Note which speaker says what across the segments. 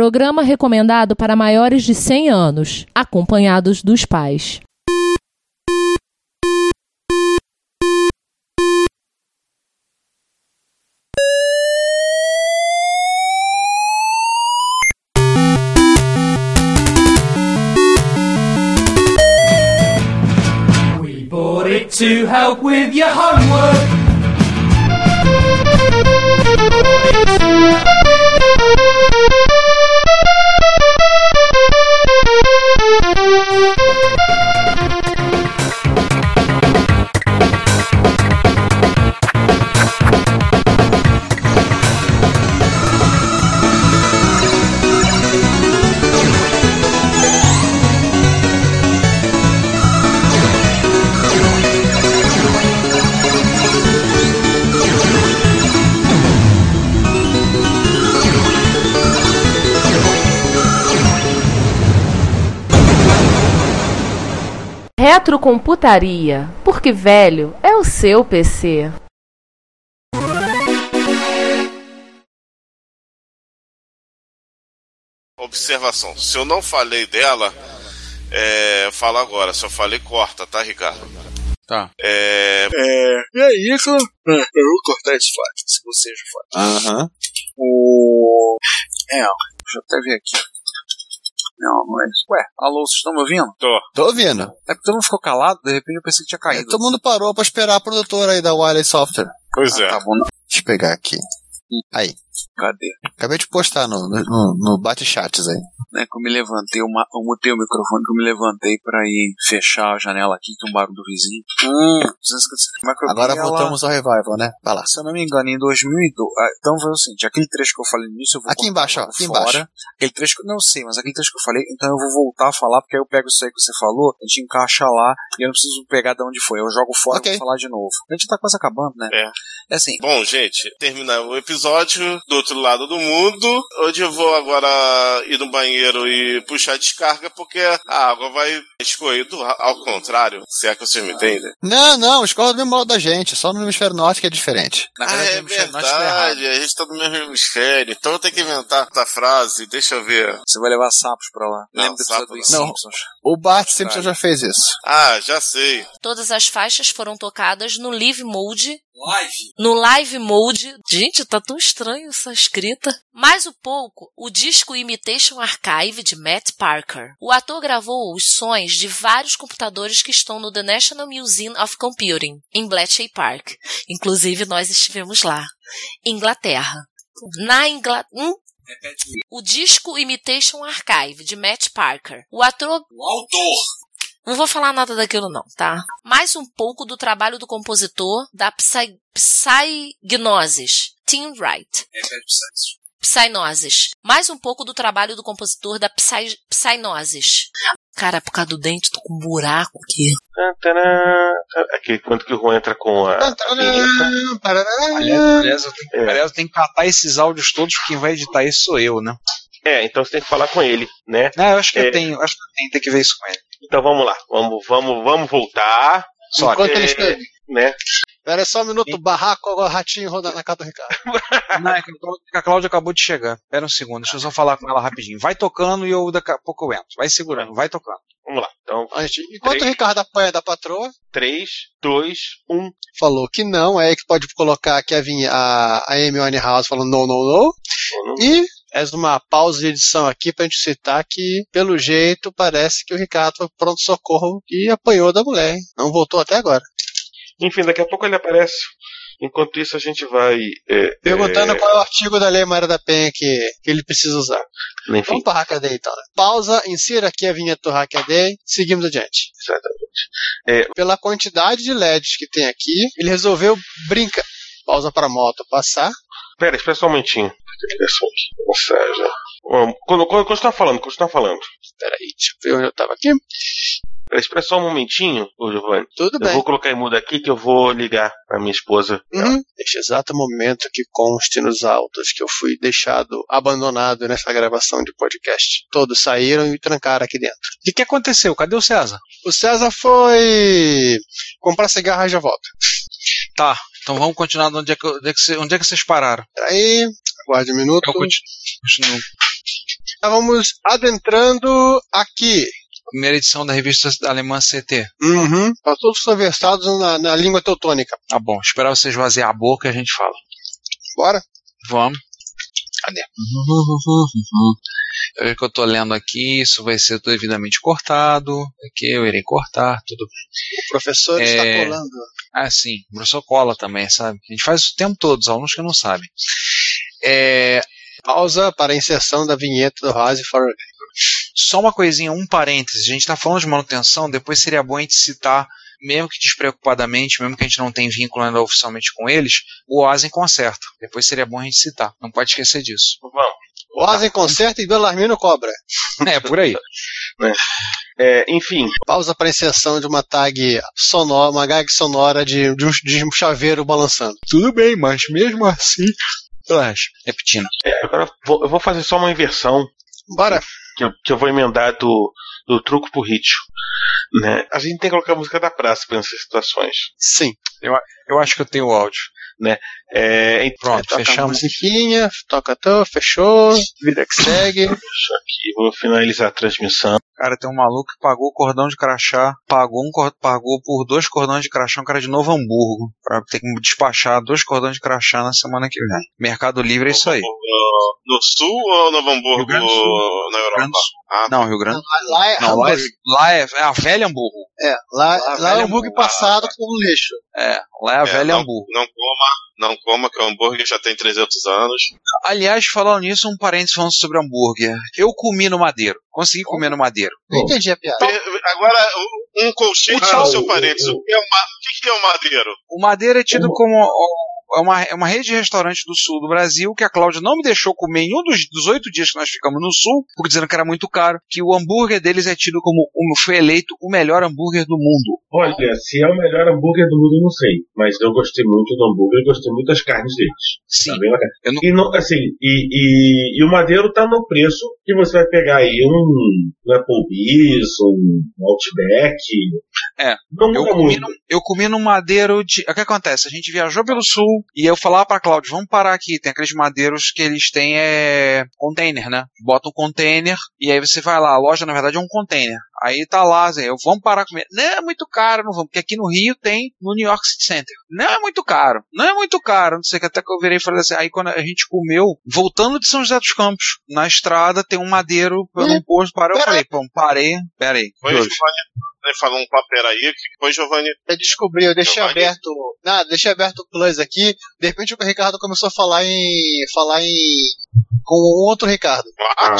Speaker 1: Programa recomendado para maiores de 100 anos, acompanhados dos pais.
Speaker 2: We bought it to help with your homework.
Speaker 3: Retrocomputaria, porque velho é o seu PC.
Speaker 4: Observação. Se eu não falei dela, é, eu falo agora. Se eu falei, corta, tá, Ricardo?
Speaker 5: Tá.
Speaker 4: É,
Speaker 6: É, e aí, isso. É, eu vou cortar esse fato, se você já faz.
Speaker 5: Aham.
Speaker 6: O. É, deixa eu até ver aqui. Não, não é isso. Ué, alô, vocês estão me ouvindo?
Speaker 5: Tô ouvindo.
Speaker 6: É porque todo mundo ficou calado, de repente eu pensei que tinha
Speaker 5: É,
Speaker 6: caído.
Speaker 5: Todo mundo parou pra esperar a produtora aí da Wiley Software.
Speaker 4: pois
Speaker 6: Ah,
Speaker 4: é.
Speaker 6: tá bom, não.
Speaker 5: Deixa eu pegar aqui. Aí.
Speaker 6: Cadê?
Speaker 5: Acabei de postar no, no, no- no bate-chats aí.
Speaker 6: Né, que eu me levantei, uma, eu mutei o microfone que eu me levantei pra ir fechar a janela aqui, que é um barulho do vizinho. Hum, 250. Mas que eu
Speaker 5: Agora
Speaker 6: vi ela-
Speaker 5: voltamos ao Revival, né? Vai lá.
Speaker 6: Se eu não me engano, em 2002. ah, Então foi o seguinte: aquele trecho que eu falei nisso, eu vou.
Speaker 5: Aqui
Speaker 6: cortar
Speaker 5: embaixo, ó,
Speaker 6: pra
Speaker 5: aqui embaixo.
Speaker 6: fora. Aquele trecho que eu não sei, mas aquele trecho que eu falei, então eu vou voltar a falar, porque aí eu pego isso aí que você falou, a gente encaixa lá, e eu não preciso pegar de onde foi. Eu jogo fora e
Speaker 5: Ok.
Speaker 6: vou falar de novo. A gente tá quase acabando, né?
Speaker 4: É.
Speaker 6: É assim.
Speaker 4: Bom, gente, terminar o episódio do outro lado do mundo. Hoje eu vou agora ir no banheiro e puxar a descarga, porque a água vai escorrer do, ao contrário, se é que vocês me entendem.
Speaker 5: Não, não, escola do mesmo modo da gente. Só no hemisfério norte que é diferente.
Speaker 7: Ah,
Speaker 6: Na verdade,
Speaker 4: é
Speaker 6: Michel, nós tá errado.
Speaker 4: verdade, a gente tá no mesmo hemisfério, então eu tenho que inventar essa frase, deixa eu ver.
Speaker 6: Você vai levar sapos pra lá.
Speaker 4: Não,
Speaker 6: Lembra do
Speaker 4: sapo
Speaker 6: episódio dos
Speaker 5: não.
Speaker 6: Simpsons?
Speaker 5: O Bart Simpson já fez isso.
Speaker 4: Ah, já sei.
Speaker 3: Todas as faixas foram tocadas no live mode. No live mode. Gente, tá tão estranho essa escrita. Mais um pouco, o disco Imitation Archive de Matt Parker. O ator gravou os sons de vários computadores que estão no The National Museum of Computing, em Bletchley Park. Inclusive, nós estivemos lá. Inglaterra. Na Inglaterra. O disco Imitation Archive, de Matt Parker. O ator não vou falar nada daquilo não, tá? Mais um pouco do trabalho do compositor da Psy... Psygnosis, Tim Wright. Psygnosis. Mais um pouco do trabalho do compositor da Psy... Psygnosis. Cara, por causa do dente, tô com um buraco aqui.
Speaker 8: Aqui, quanto É que o Juan entra com a.
Speaker 7: Aliás, aliás, eu tenho, aliás, eu tenho que catar esses áudios todos, porque quem vai editar isso sou eu, né?
Speaker 8: É, então você tem que falar com ele, né?
Speaker 7: Não, eu acho que
Speaker 8: É.
Speaker 7: eu tenho, acho que eu tenho, tem que ver isso com ele.
Speaker 8: Então vamos lá, vamos, vamos, vamos voltar,
Speaker 7: Só
Speaker 9: Enquanto
Speaker 8: é-
Speaker 9: ele escreve.
Speaker 8: né?
Speaker 9: Espera só um minuto, barraco, agora ratinho rodando na casa do Ricardo.
Speaker 7: Não, é que a Cláudia- a Cláudia acabou de chegar. Pera um segundo, deixa eu só falar com ela rapidinho. Vai tocando e eu daqui a pouco eu entro. Vai segurando, vai tocando.
Speaker 8: Vamos lá. Então,
Speaker 9: A gente- Enquanto o
Speaker 8: Três.
Speaker 9: Ricardo apanha da patroa,
Speaker 8: 3, 2, 1.
Speaker 9: falou que não, é aí que pode colocar aqui a, vinha- a, a Amy Winehouse falando não, não, não. E faz uma pausa de edição aqui pra gente citar que, pelo jeito, parece que o Ricardo foi pro pronto-socorro e apanhou da mulher. hein? Não voltou até agora.
Speaker 8: Enfim, daqui a pouco ele aparece. Enquanto isso, a gente vai. é,
Speaker 9: Perguntando
Speaker 8: é,
Speaker 9: qual é o artigo da Lei Maria da Penha que, que ele precisa usar.
Speaker 8: Enfim,
Speaker 9: Vamos pra Hackaday então. né? Pausa, insira aqui a vinheta do Hackaday, seguimos adiante.
Speaker 8: exatamente.
Speaker 9: Pela quantidade de LEDs que tem aqui, ele resolveu brincar. Pausa pra moto passar.
Speaker 8: Pera, espera só um momentinho. Ligação aqui, Mensagem. Vamos, Quando, quando, continuar falando, continuar falando.
Speaker 9: Peraí, deixa eu ver onde eu tava aqui.
Speaker 8: Pera, espera só um momentinho, ô Giovanni.
Speaker 9: Tudo
Speaker 8: Eu
Speaker 9: bem.
Speaker 8: vou colocar em mudo aqui que eu vou ligar pra minha esposa.
Speaker 9: Uhum. Neste exato momento que conste nos autos que eu fui deixado abandonado nessa gravação de podcast. Todos saíram e me trancaram aqui dentro.
Speaker 7: O que, que aconteceu? Cadê o César?
Speaker 9: O César foi comprar cigarro e já volta.
Speaker 7: Tá, então vamos continuar de onde é que, eu- onde é que, cê- onde é que vocês pararam.
Speaker 9: Peraí, aguarde um minuto.
Speaker 7: Eu continuo. continuo.
Speaker 9: Já vamos adentrando aqui.
Speaker 10: Primeira edição da revista alemã CT.
Speaker 9: Uhum. Para todos que são versados na, na língua teutônica.
Speaker 10: Tá bom, esperar você esvaziar a boca e a gente fala.
Speaker 9: Bora.
Speaker 10: Vamos. Cadê? É o que eu tô lendo aqui, isso vai ser devidamente cortado. Aqui eu irei cortar, tudo bem.
Speaker 9: O professor
Speaker 10: É.
Speaker 9: está colando.
Speaker 10: Ah, sim, o professor cola também, sabe? A gente faz isso o tempo todo, os alunos que não sabem. É,
Speaker 9: Pausa para a inserção da vinheta do House for
Speaker 10: Só uma coisinha, um parêntese. A gente está falando de manutenção, depois seria bom a gente citar, mesmo que despreocupadamente, mesmo que a gente não tenha vínculo ainda oficialmente com eles, o OAS em concerto. Depois seria bom a gente citar. Não pode esquecer disso.
Speaker 4: Vamos.
Speaker 10: Tá.
Speaker 9: Oasa em Concerto e Belarmino Cobra.
Speaker 10: É, por aí.
Speaker 4: É, enfim,
Speaker 9: Pausa para inserção de uma tag sonora, uma gag sonora de, de, um, de um chaveiro balançando.
Speaker 10: Tudo bem, mas mesmo assim. Relaxa. Repetindo.
Speaker 4: é, agora vou- eu vou fazer só uma inversão
Speaker 9: Bora.
Speaker 4: que eu, que eu vou emendar do, do truco pro ritmo. Né? A gente tem que colocar a música da praça para essas situações.
Speaker 9: Sim.
Speaker 10: Eu acho que eu tenho o áudio.
Speaker 4: É, e-
Speaker 10: Pronto,
Speaker 9: Toca a
Speaker 10: fechamos.
Speaker 9: musiquinha, toca tô, fechou, vida que segue.
Speaker 4: Deixa aqui, vou finalizar a transmissão.
Speaker 10: Cara, tem um maluco que pagou o cordão de crachá, pagou, um, cor- pagou por dois cordões de crachá, um cara de Novo Hamburgo, pra ter que despachar dois cordões de crachá na semana que vem. Mercado Livre é isso aí.
Speaker 6: No sul ou Novo
Speaker 10: Rio
Speaker 6: Hamburgo
Speaker 10: Grande do
Speaker 6: na
Speaker 10: Sul. Rio Grande
Speaker 6: Europa?
Speaker 10: do Sul.
Speaker 6: Ah,
Speaker 10: Não, Rio Grande.
Speaker 9: Lá é,
Speaker 10: Não, lá, é,
Speaker 9: Hamburgo.
Speaker 10: lá é, é a velha Hamburgo.
Speaker 9: é, lá, lá,
Speaker 10: lá é
Speaker 9: é hambúrguer
Speaker 10: Hamburgo.
Speaker 9: passado como lixo.
Speaker 10: É, lá é a
Speaker 6: É,
Speaker 10: velha
Speaker 6: não,
Speaker 10: Hamburgo.
Speaker 6: Não coma, não coma, que o hambúrguer já tem 300 anos.
Speaker 10: Aliás, falando nisso, um parênteses falando sobre hambúrguer. Eu comi no Madeiro. Consegui comer no Madeiro.
Speaker 9: Não entendi a piada.
Speaker 6: Per- Agora, um um colchete
Speaker 4: Ah,
Speaker 6: no
Speaker 4: o-
Speaker 6: seu parênteses. O que é o, ma- o que que é o madeiro?
Speaker 10: O Madeiro é tido como ó, é uma, é uma rede de restaurante do sul do Brasil que a Cláudia não me deixou comer em um dos 18 dias que nós ficamos no sul, porque dizendo que era muito caro, que o hambúrguer deles é tido como o- foi eleito o melhor hambúrguer do mundo.
Speaker 4: Olha, se é o melhor hambúrguer do mundo, eu não sei. Mas eu gostei muito do hambúrguer e gostei muito das carnes deles.
Speaker 10: Sim.
Speaker 4: Tá bem bacana.
Speaker 10: Eu não-
Speaker 4: E, não- assim, e, e- e o Madeiro tá no preço que você vai pegar aí um, um Applebee's, um Outback.
Speaker 10: É,
Speaker 4: Não
Speaker 10: Eu
Speaker 4: muda
Speaker 10: comi,
Speaker 4: muito.
Speaker 10: no, eu comi no madeiro de. O que acontece? A gente viajou pelo sul e eu falava pra Cláudio, vamos parar aqui. Tem aqueles madeiros que eles têm é, container, né? Bota um container e aí você vai lá. A loja, na verdade, é um container. Aí tá lá, assim, eu vamos parar a comer. Não é muito caro, não vamos, porque aqui no Rio tem no New York City Center. Não é muito caro, não é muito caro. Não sei o que até que eu virei e falei assim. Aí quando a gente comeu, voltando de São José dos Campos, na estrada tem um madeiro, eu não pôs, parei, eu falei, pronto, parei, peraí.
Speaker 6: Oi, Giovanni. Ele falou um papel aí. Oi, Giovanni.
Speaker 9: Eu descobri, eu deixei
Speaker 6: Giovanni?
Speaker 9: aberto. Nada, deixei aberto o plus aqui. De repente o Ricardo começou a falar em. falar em. com o outro Ricardo.
Speaker 4: Ah,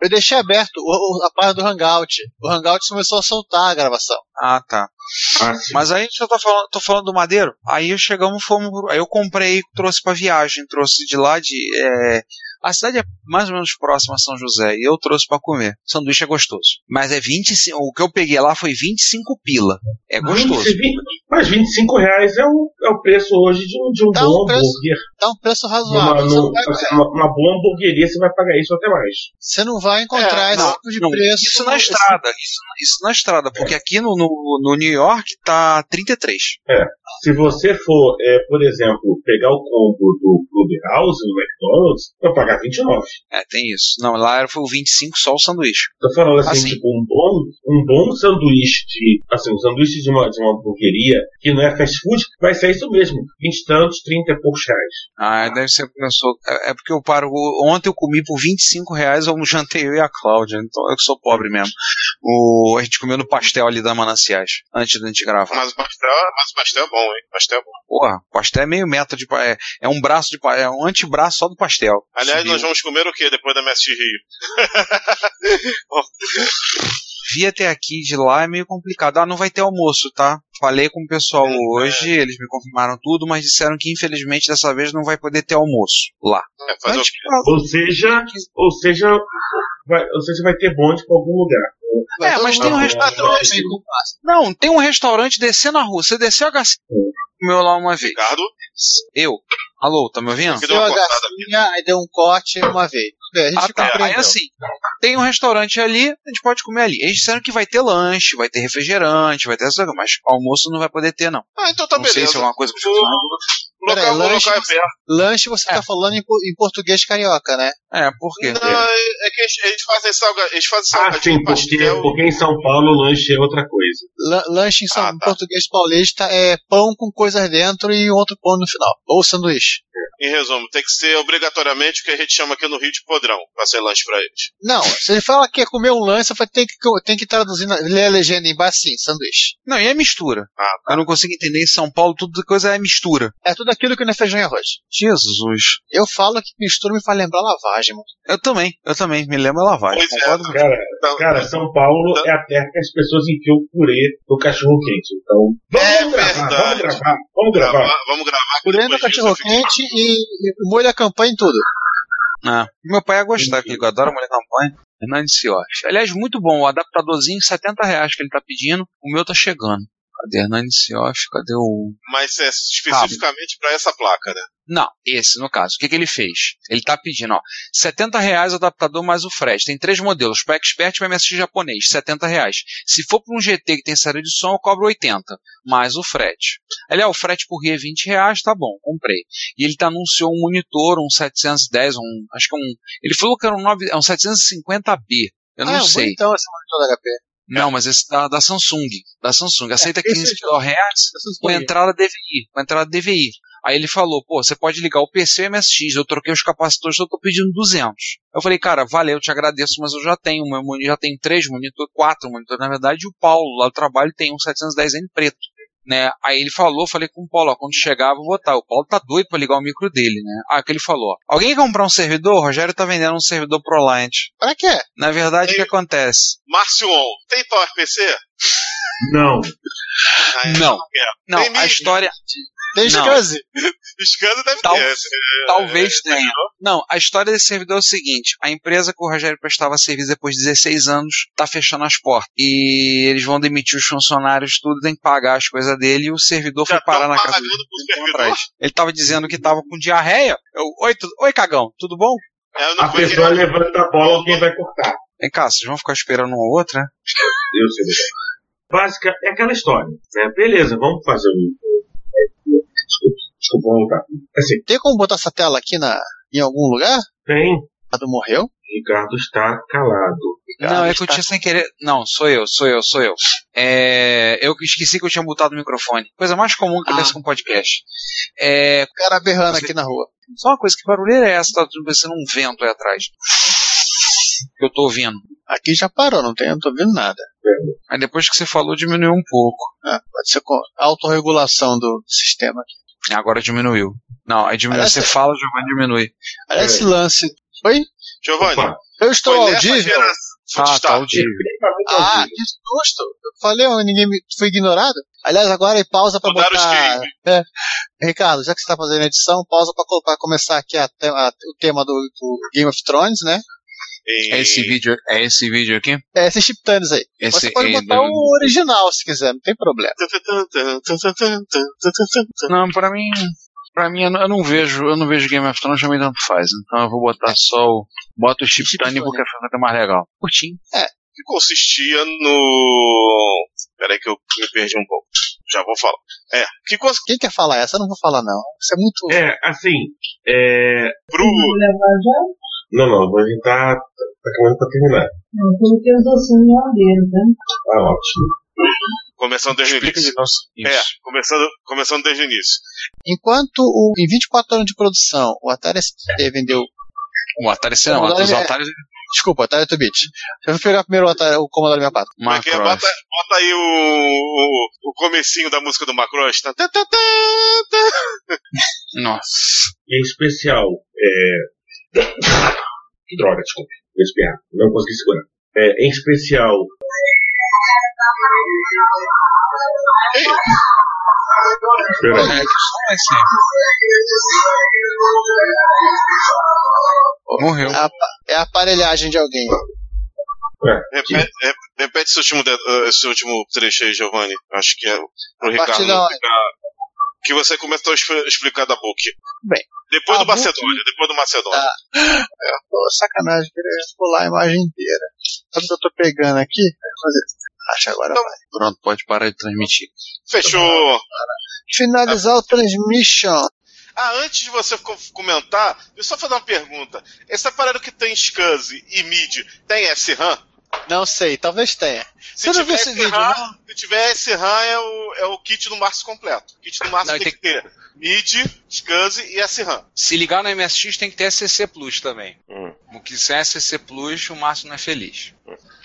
Speaker 9: Eu deixei aberto o- o- a página do Hangout. O Hangout começou a soltar a gravação.
Speaker 10: Ah, tá.
Speaker 4: ah, sim.
Speaker 10: Mas aí eu tô tá falando, tô falando do madeiro. Aí chegamos, fomos. pro- Aí eu comprei, trouxe pra viagem, trouxe de lá de. é, a cidade é mais ou menos próxima a São José e eu trouxe pra comer. O sanduíche é gostoso. Mas é 25. O que eu peguei lá foi 25 pila.
Speaker 4: Ah,
Speaker 10: É gostoso.
Speaker 4: 25 Mas 25 reais é o, é o preço hoje de um, de um
Speaker 9: Tá
Speaker 4: bom
Speaker 9: um preço
Speaker 4: hambúrguer.
Speaker 9: Tá um preço
Speaker 4: Numa,
Speaker 9: razoável. você,
Speaker 4: num-
Speaker 9: não vai,
Speaker 4: assim, uma, uma boa hambúrgueria você vai pagar isso até mais.
Speaker 9: você não vai encontrar
Speaker 10: É,
Speaker 9: esse
Speaker 10: não,
Speaker 9: tipo de
Speaker 10: não,
Speaker 9: preço.
Speaker 10: Isso na estrada. Isso, isso na estrada. Porque aqui no, no, no New York tá 33.
Speaker 4: Se você for, é, por exemplo, pegar o combo do Clubhouse, do McDonald's, vai pagar 29.
Speaker 10: É, tem isso. Não, lá foi o 25 só o sanduíche.
Speaker 4: Tô falando assim,
Speaker 10: Assim.
Speaker 4: tipo, um bom, um bom sanduíche de, assim, um sanduíche de uma, de uma hamburgueria, que não é fast food, vai ser isso mesmo. 20 e tantos, 30 e poucos reais.
Speaker 10: Ah, deve ser pessoa. É é porque eu paro. Ontem eu comi por 25 reais, eu jantei eu e a Cláudia. Então eu que sou pobre mesmo. O, a gente comeu no pastel ali da Mananciais, antes da gente gravar.
Speaker 6: Mas o pastel, mas o pastel é bom, hein? O pastel é bom.
Speaker 10: Porra, pastel é meio metro de. pa- É, é um braço de. pa- É um antebraço só do pastel.
Speaker 6: Aliás,
Speaker 10: Subiu.
Speaker 6: nós vamos comer o quê depois da Messi de Rio?
Speaker 10: vi até aqui de lá é meio complicado. Ah, não vai ter almoço, tá? Falei com o pessoal
Speaker 6: É,
Speaker 10: hoje, eles me confirmaram tudo, mas disseram que infelizmente dessa vez não vai poder ter almoço lá.
Speaker 6: É, fazer o
Speaker 10: Mas,
Speaker 6: quê?
Speaker 10: tipo,
Speaker 4: Ou seja, ou seja, vai, ou seja, vai ter bonde pra algum lugar.
Speaker 9: Vai
Speaker 10: É,
Speaker 9: todo
Speaker 10: mas
Speaker 9: mundo
Speaker 10: tem um
Speaker 9: pra-
Speaker 10: restaurante.
Speaker 9: pra- pra-
Speaker 10: Não, tem um restaurante descendo a rua. Você desceu a HC comeu lá uma vez.
Speaker 6: Ricardo,
Speaker 10: Eu? Alô, tá me ouvindo?
Speaker 6: que
Speaker 9: Deu
Speaker 6: deu uma
Speaker 9: uma
Speaker 6: cortada.
Speaker 9: garcinha, aí deu um corte uma vez. Bem, a gente
Speaker 10: Ah, tá. Aí
Speaker 9: compreendeu.
Speaker 10: assim, tem um restaurante ali, a gente pode comer ali. Eles disseram que vai ter lanche, vai ter refrigerante, vai ter essa mas almoço não vai poder ter, não.
Speaker 6: Ah, então tá
Speaker 10: não sei se é
Speaker 6: beleza.
Speaker 10: alguma coisa que
Speaker 6: Vou-
Speaker 11: O local,
Speaker 9: Peraí,
Speaker 11: o local é
Speaker 9: lanche-
Speaker 11: perto.
Speaker 9: Lanche você tá falando em, po- em português carioca, né?
Speaker 10: É, por quê?
Speaker 11: Não, é é que eles, eles fazem salgadinho. Eles fazem
Speaker 4: Ah,
Speaker 11: salgadinho
Speaker 6: tipo,
Speaker 4: sim,
Speaker 11: de
Speaker 4: porque,
Speaker 11: pastel.
Speaker 4: porque em São Paulo o lanche é outra coisa.
Speaker 9: Lan- lanche em São
Speaker 11: Ah, tá.
Speaker 9: em português paulista é pão com coisas dentro e outro pão no final. Ou sanduíche.
Speaker 11: Em resumo, tem que ser obrigatoriamente o que a gente chama aqui no Rio de podrão pra ser lanche pra eles.
Speaker 9: Não, se ele fala que é comer um lanche, eu falo, tem que, tem que traduzir, na, ler a legenda embaixo assim, sanduíche.
Speaker 10: Não, e a mistura?
Speaker 11: Ah,
Speaker 10: Eu não consigo entender em São Paulo, tudo coisa é mistura.
Speaker 9: É tudo aquilo que não é feijão e arroz.
Speaker 10: Jesus.
Speaker 9: Eu falo que mistura me faz lembrar lavagem, mano.
Speaker 10: Eu também, eu também, me lembro ela vai.
Speaker 11: Pois é.
Speaker 10: Concordo.
Speaker 4: Cara,
Speaker 11: Então,
Speaker 4: cara, São Paulo é a terra que as pessoas enfiam o purê no cachorro quente. Então,
Speaker 11: É
Speaker 4: vamos, gravar,
Speaker 11: verdade.
Speaker 4: vamos gravar, vamos
Speaker 11: gravar,
Speaker 4: gravar.
Speaker 11: vamos gravar. que
Speaker 9: Purê
Speaker 11: depois
Speaker 9: no
Speaker 11: disso
Speaker 9: cachorro
Speaker 11: eu fico-
Speaker 9: quente e, e molho a campanha em tudo.
Speaker 10: Ah, meu pai ia gostar, que ele adora mulher campanha. Hernandes Ciotti. Aliás, muito bom. O adaptadorzinho, 70 reais que ele tá pedindo. O meu tá chegando. Cadê Hernandes Ciotti? Cadê o.
Speaker 11: Mas é especificamente pra essa placa, né?
Speaker 10: Não, esse no caso. O que, que ele fez? Ele tá pedindo, ó, 70 reais o adaptador mais o frete. Tem três modelos, para expert e para MSX japonês, 70 reais. Se for para um GT que tem série de som, eu cobro 80, mais o frete. Ele, ó, o frete por Rio é 20 reais, tá bom, comprei. E ele tá, anunciou um monitor, um 710, um, acho que é um, ele falou que era um, 9, é um 750B. Eu não
Speaker 9: ah,
Speaker 10: sei.
Speaker 9: Então, esse monitor da HP.
Speaker 10: Não, mas esse tá da, da Samsung. Da Samsung. Aceita
Speaker 9: É, esse
Speaker 10: 15
Speaker 9: já-
Speaker 10: kHz com entrada DVI. Com entrada DVI. Aí ele falou, pô, você pode ligar o PC e o MSX. Eu troquei os capacitores, eu tô pedindo 200. Eu falei, cara, valeu, te agradeço, mas eu já tenho, meu moni- já tenho três monitor, quatro monitor, na verdade, e o Paulo lá do trabalho tem um 710N preto. Né? Aí ele falou, falei com o Paulo, ó, quando chegar eu vou botar. O Paulo tá doido pra ligar o micro dele, né? Ah, que ele falou, ó, alguém quer comprar um servidor? O Rogério tá vendendo um servidor ProLiant.
Speaker 9: Pra quê?
Speaker 10: Na verdade, o que
Speaker 11: Ei.
Speaker 10: acontece?
Speaker 11: Márcio On, tem PowerPC?
Speaker 4: Não,
Speaker 11: Ah, eu
Speaker 10: Não.
Speaker 11: quero.
Speaker 10: Não,
Speaker 11: Tem
Speaker 10: a
Speaker 11: mídia.
Speaker 10: história,
Speaker 9: Tem
Speaker 10: Não.
Speaker 9: Scuzzy.
Speaker 11: Escândalo deve
Speaker 10: Tal-
Speaker 11: ter. esse-
Speaker 10: Talvez
Speaker 11: é,
Speaker 10: tenha. Não, a história desse servidor é o seguinte: a empresa que o Rogério prestava serviço depois de 16 anos tá fechando as portas. E eles vão demitir os funcionários, tudo, tem que pagar as coisas dele. E o servidor
Speaker 11: Já
Speaker 10: foi parar
Speaker 11: tão
Speaker 10: na casa
Speaker 11: pagando
Speaker 10: dele.
Speaker 11: pro
Speaker 10: um tempo
Speaker 11: servidor?
Speaker 10: atrás. Ele tava dizendo que tava com diarreia. Eu, Oi, tu- Oi, cagão, tudo bom?
Speaker 11: Eu não
Speaker 4: a
Speaker 11: fui
Speaker 4: pessoa
Speaker 11: querer-
Speaker 4: levanta a bola, alguém vai cortar.
Speaker 10: Vem cá, vocês vão ficar esperando um ou outro, né?
Speaker 4: Eu sei. Básica é aquela história. Né? Beleza, vamos fazer um. Desculpa, desculpa, vamos voltar. Assim,
Speaker 9: Tem como botar essa tela aqui na, em algum lugar?
Speaker 4: tem.
Speaker 9: A do morreu?
Speaker 4: Ricardo está calado.
Speaker 11: Ah,
Speaker 10: não, é que eu
Speaker 11: tá
Speaker 10: tinha sem querer. Não, sou eu, sou eu, sou eu. É, eu que esqueci que eu tinha mutado o microfone. Coisa mais comum que
Speaker 9: Ah.
Speaker 10: acontece com podcast. É,
Speaker 9: O cara berrando aqui na rua.
Speaker 10: Só uma coisa, que barulheira é essa? Tá parecendo um vento aí atrás. Que eu tô ouvindo.
Speaker 9: Aqui já parou, não, tem, não tô vendo nada.
Speaker 10: Aí depois que você falou, diminuiu um pouco.
Speaker 9: Ah, pode ser com autorregulação do sistema. aqui.
Speaker 10: E Agora diminuiu. Não, aí diminui.
Speaker 9: Parece-
Speaker 10: Você fala, Giovanni diminui.
Speaker 9: Aliás, esse lance. Oi?
Speaker 11: Giovanni,
Speaker 4: Opa,
Speaker 9: Eu estou
Speaker 11: foi nessa
Speaker 9: audível?
Speaker 11: geração.
Speaker 10: Ah,
Speaker 11: Está.
Speaker 10: tá audível.
Speaker 9: Ah, que susto! Eu falei, ó, ninguém me foi ignorado. Aliás, agora aí pausa pra
Speaker 11: Mudaram
Speaker 9: botar.
Speaker 11: os
Speaker 9: É. Ricardo, já que você tá fazendo a edição, pausa pra, co- pra começar aqui a te- a- o tema do, do Game of Thrones, né?
Speaker 11: E-
Speaker 10: É esse vídeo, é esse vídeo aqui?
Speaker 9: É esses titanes aí.
Speaker 10: Esse
Speaker 9: você pode
Speaker 10: é
Speaker 9: botar
Speaker 10: do-
Speaker 9: o original se quiser, não tem problema.
Speaker 10: Não, pra mim. Pra mim, eu não- eu não vejo, eu não vejo Game of Thrones, também tanto faz. Então eu vou botar só o. Bota o Chip Tani porque fica mais legal. Curtinho.
Speaker 11: que consistia no. Peraí que eu me perdi um pouco. Já vou falar. É, que cons...
Speaker 9: Quem quer falar essa? Eu não vou falar, não. Isso é muito.
Speaker 4: É, assim. É...
Speaker 11: pro
Speaker 4: Não, não, vou evitar. Tá acabando pra terminar.
Speaker 12: Não, coloquei os docinhos na geladeira, tá?
Speaker 4: Ah, ótimo.
Speaker 11: começando desde o
Speaker 10: Explica
Speaker 11: início.
Speaker 10: de nosso.
Speaker 11: É,
Speaker 10: Isso.
Speaker 11: começando, começando desde o início.
Speaker 9: Enquanto o, em 24 anos de produção, o Atari ST vendeu.
Speaker 10: O Atari Um não,
Speaker 9: Commodore
Speaker 10: os
Speaker 9: é-
Speaker 10: Atari
Speaker 9: Desculpa, Atari 8-bit. Eu vou pegar primeiro o, Atari, o Commodore 64.
Speaker 11: Como é que é?
Speaker 10: Macross.
Speaker 11: bota, bota aí o, o, o comecinho da música do Macross. Tá, tá, tá, tá, tá.
Speaker 10: Nossa.
Speaker 4: Em especial, é... que droga, desculpe, vou espirrar, não consegui segurar. É, em especial,
Speaker 10: É,
Speaker 4: peraí,
Speaker 10: que som é esse? Morreu.
Speaker 9: Ah, É a aparelhagem de alguém.
Speaker 11: Repete, re- repete esse, último, de- uh, esse último trecho aí, Giovanni. Acho que é pro Ricardo.
Speaker 9: partir da
Speaker 11: não
Speaker 9: onde?
Speaker 11: ficar- Que você começou a expl- explicar da Book.
Speaker 9: Bem,
Speaker 11: Depois
Speaker 9: a
Speaker 11: do
Speaker 9: Book-
Speaker 11: Macedônia, depois do Macedônia.
Speaker 9: Ah. Pô, sacanagem, queria pular a imagem inteira. Sabe o que eu tô pegando aqui? Fazer. Acho agora.
Speaker 11: Não.
Speaker 9: vai.
Speaker 11: Ah,
Speaker 10: Pronto, pode parar de transmitir.
Speaker 11: tá Fechou.
Speaker 9: Finalizar o transmission.
Speaker 11: Ah, antes de você co- comentar, deixa eu só fazer uma pergunta. Esse aparelho que tem SCSI e MIDI tem SRAM?
Speaker 9: Não sei, talvez tenha.
Speaker 11: Se
Speaker 9: Você não viu
Speaker 11: tiver
Speaker 9: esse vídeo,
Speaker 11: SRAM, se tiver SRAM é o, é o kit do Márcio completo. O kit do Márcio
Speaker 10: Não,
Speaker 11: tem que ter MIDI, SCSI e SRAM.
Speaker 10: Se ligar no MSX tem que ter SCC Plus também. Porque sem SCC Plus o Márcio não é feliz.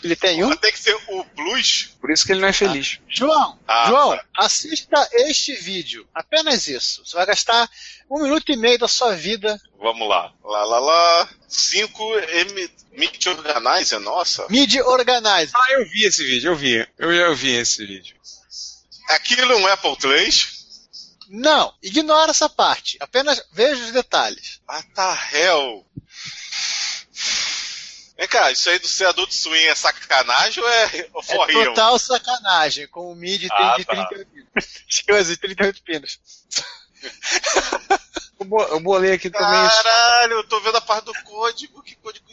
Speaker 9: Ele tem um?
Speaker 11: Tem que ser o Plus?
Speaker 10: Por isso que ele não é feliz.
Speaker 9: João,
Speaker 11: Ah,
Speaker 9: João, assista este vídeo. Apenas isso. Você vai gastar um minuto e meio da sua vida.
Speaker 11: Vamos lá. Lá, lá, lá. 5 M... MIDI Organizer, nossa.
Speaker 9: Mid Organizer.
Speaker 10: Ah, eu vi esse vídeo, eu vi. Eu, eu vi esse vídeo.
Speaker 11: Aquilo é um Apple III?
Speaker 9: Não, ignora essa parte. Apenas veja os detalhes.
Speaker 11: Ah, tá, hell. Vem cá, isso aí do ser adulto swing é sacanagem ou é for
Speaker 9: é
Speaker 11: real?
Speaker 9: total sacanagem. Com o mid tem
Speaker 11: Ah,
Speaker 9: de
Speaker 11: tá.
Speaker 9: 38 pinos. Esquece, de 38 pinos.
Speaker 10: Eu bo- eu bolei aqui também isso.
Speaker 11: Caralho, eu tô vendo a parte do código. Que código.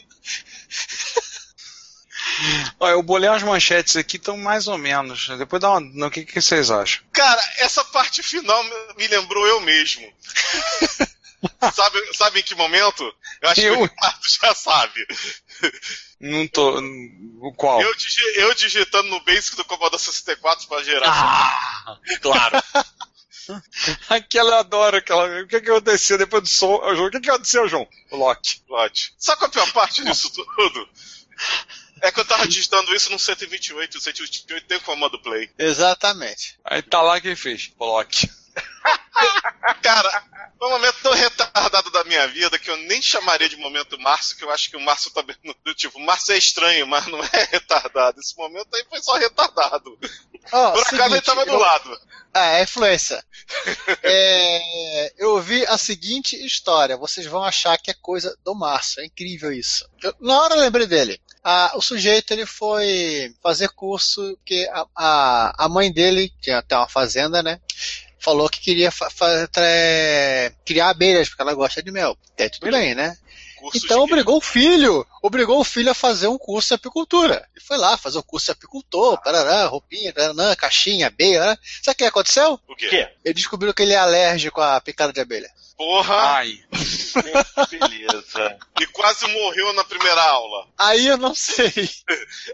Speaker 10: Ó, eu bolei umas manchetes aqui, estão mais ou menos. Depois dá uma. não, O que, que vocês acham?
Speaker 11: Cara, essa parte final me- me lembrou eu mesmo. sabe, sabe em que momento? Eu acho que
Speaker 10: Eu?
Speaker 11: o Ricardo já sabe.
Speaker 10: Não tô. n- O qual?
Speaker 11: Eu, digi- eu digitando no basic do Commodore 64 pra geração.
Speaker 10: Ah! Claro! aquela eu adoro, aquela. O que, que aconteceu depois do som? Ô, João, O que, que aconteceu, João? O Loki.
Speaker 11: Lote. Sabe qual é a pior parte disso tudo? É que eu tava digitando isso no 128. O 128 tem o comando play.
Speaker 9: Exatamente.
Speaker 10: Aí tá lá quem fez. O Loki.
Speaker 11: Cara, foi um momento tão retardado da minha vida que eu nem chamaria de momento Márcio, que eu acho que o Márcio tá bem do tipo, Márcio é estranho, mas não é retardado. Esse momento aí foi só retardado.
Speaker 9: Ó,
Speaker 11: Por acaso ele
Speaker 9: seguinte,
Speaker 11: tava do
Speaker 9: eu-
Speaker 11: lado.
Speaker 9: Ah, é influência. É, eu ouvi a seguinte história. Vocês vão achar que é coisa do Márcio. É incrível isso. Eu- na hora eu lembrei dele. Ah, o sujeito ele foi fazer curso que a, a, a mãe dele tinha até uma fazenda, né? Falou que queria fa- fa- tra- criar abelhas porque ela gosta de mel. Até tudo bem, né?
Speaker 11: Curso
Speaker 9: Então
Speaker 11: de...
Speaker 9: obrigou o filho, obrigou o filho a fazer um curso de apicultura. E foi lá fazer o curso de apicultor, parará, roupinha, tarará, caixinha, abelha. né? Sabe o que aconteceu?
Speaker 11: O quê?
Speaker 4: quê?
Speaker 9: Ele descobriu que ele é alérgico à picada de abelha.
Speaker 11: Porra,
Speaker 10: Ai.
Speaker 4: Beleza.
Speaker 11: e quase morreu na primeira aula.
Speaker 9: Aí eu não sei.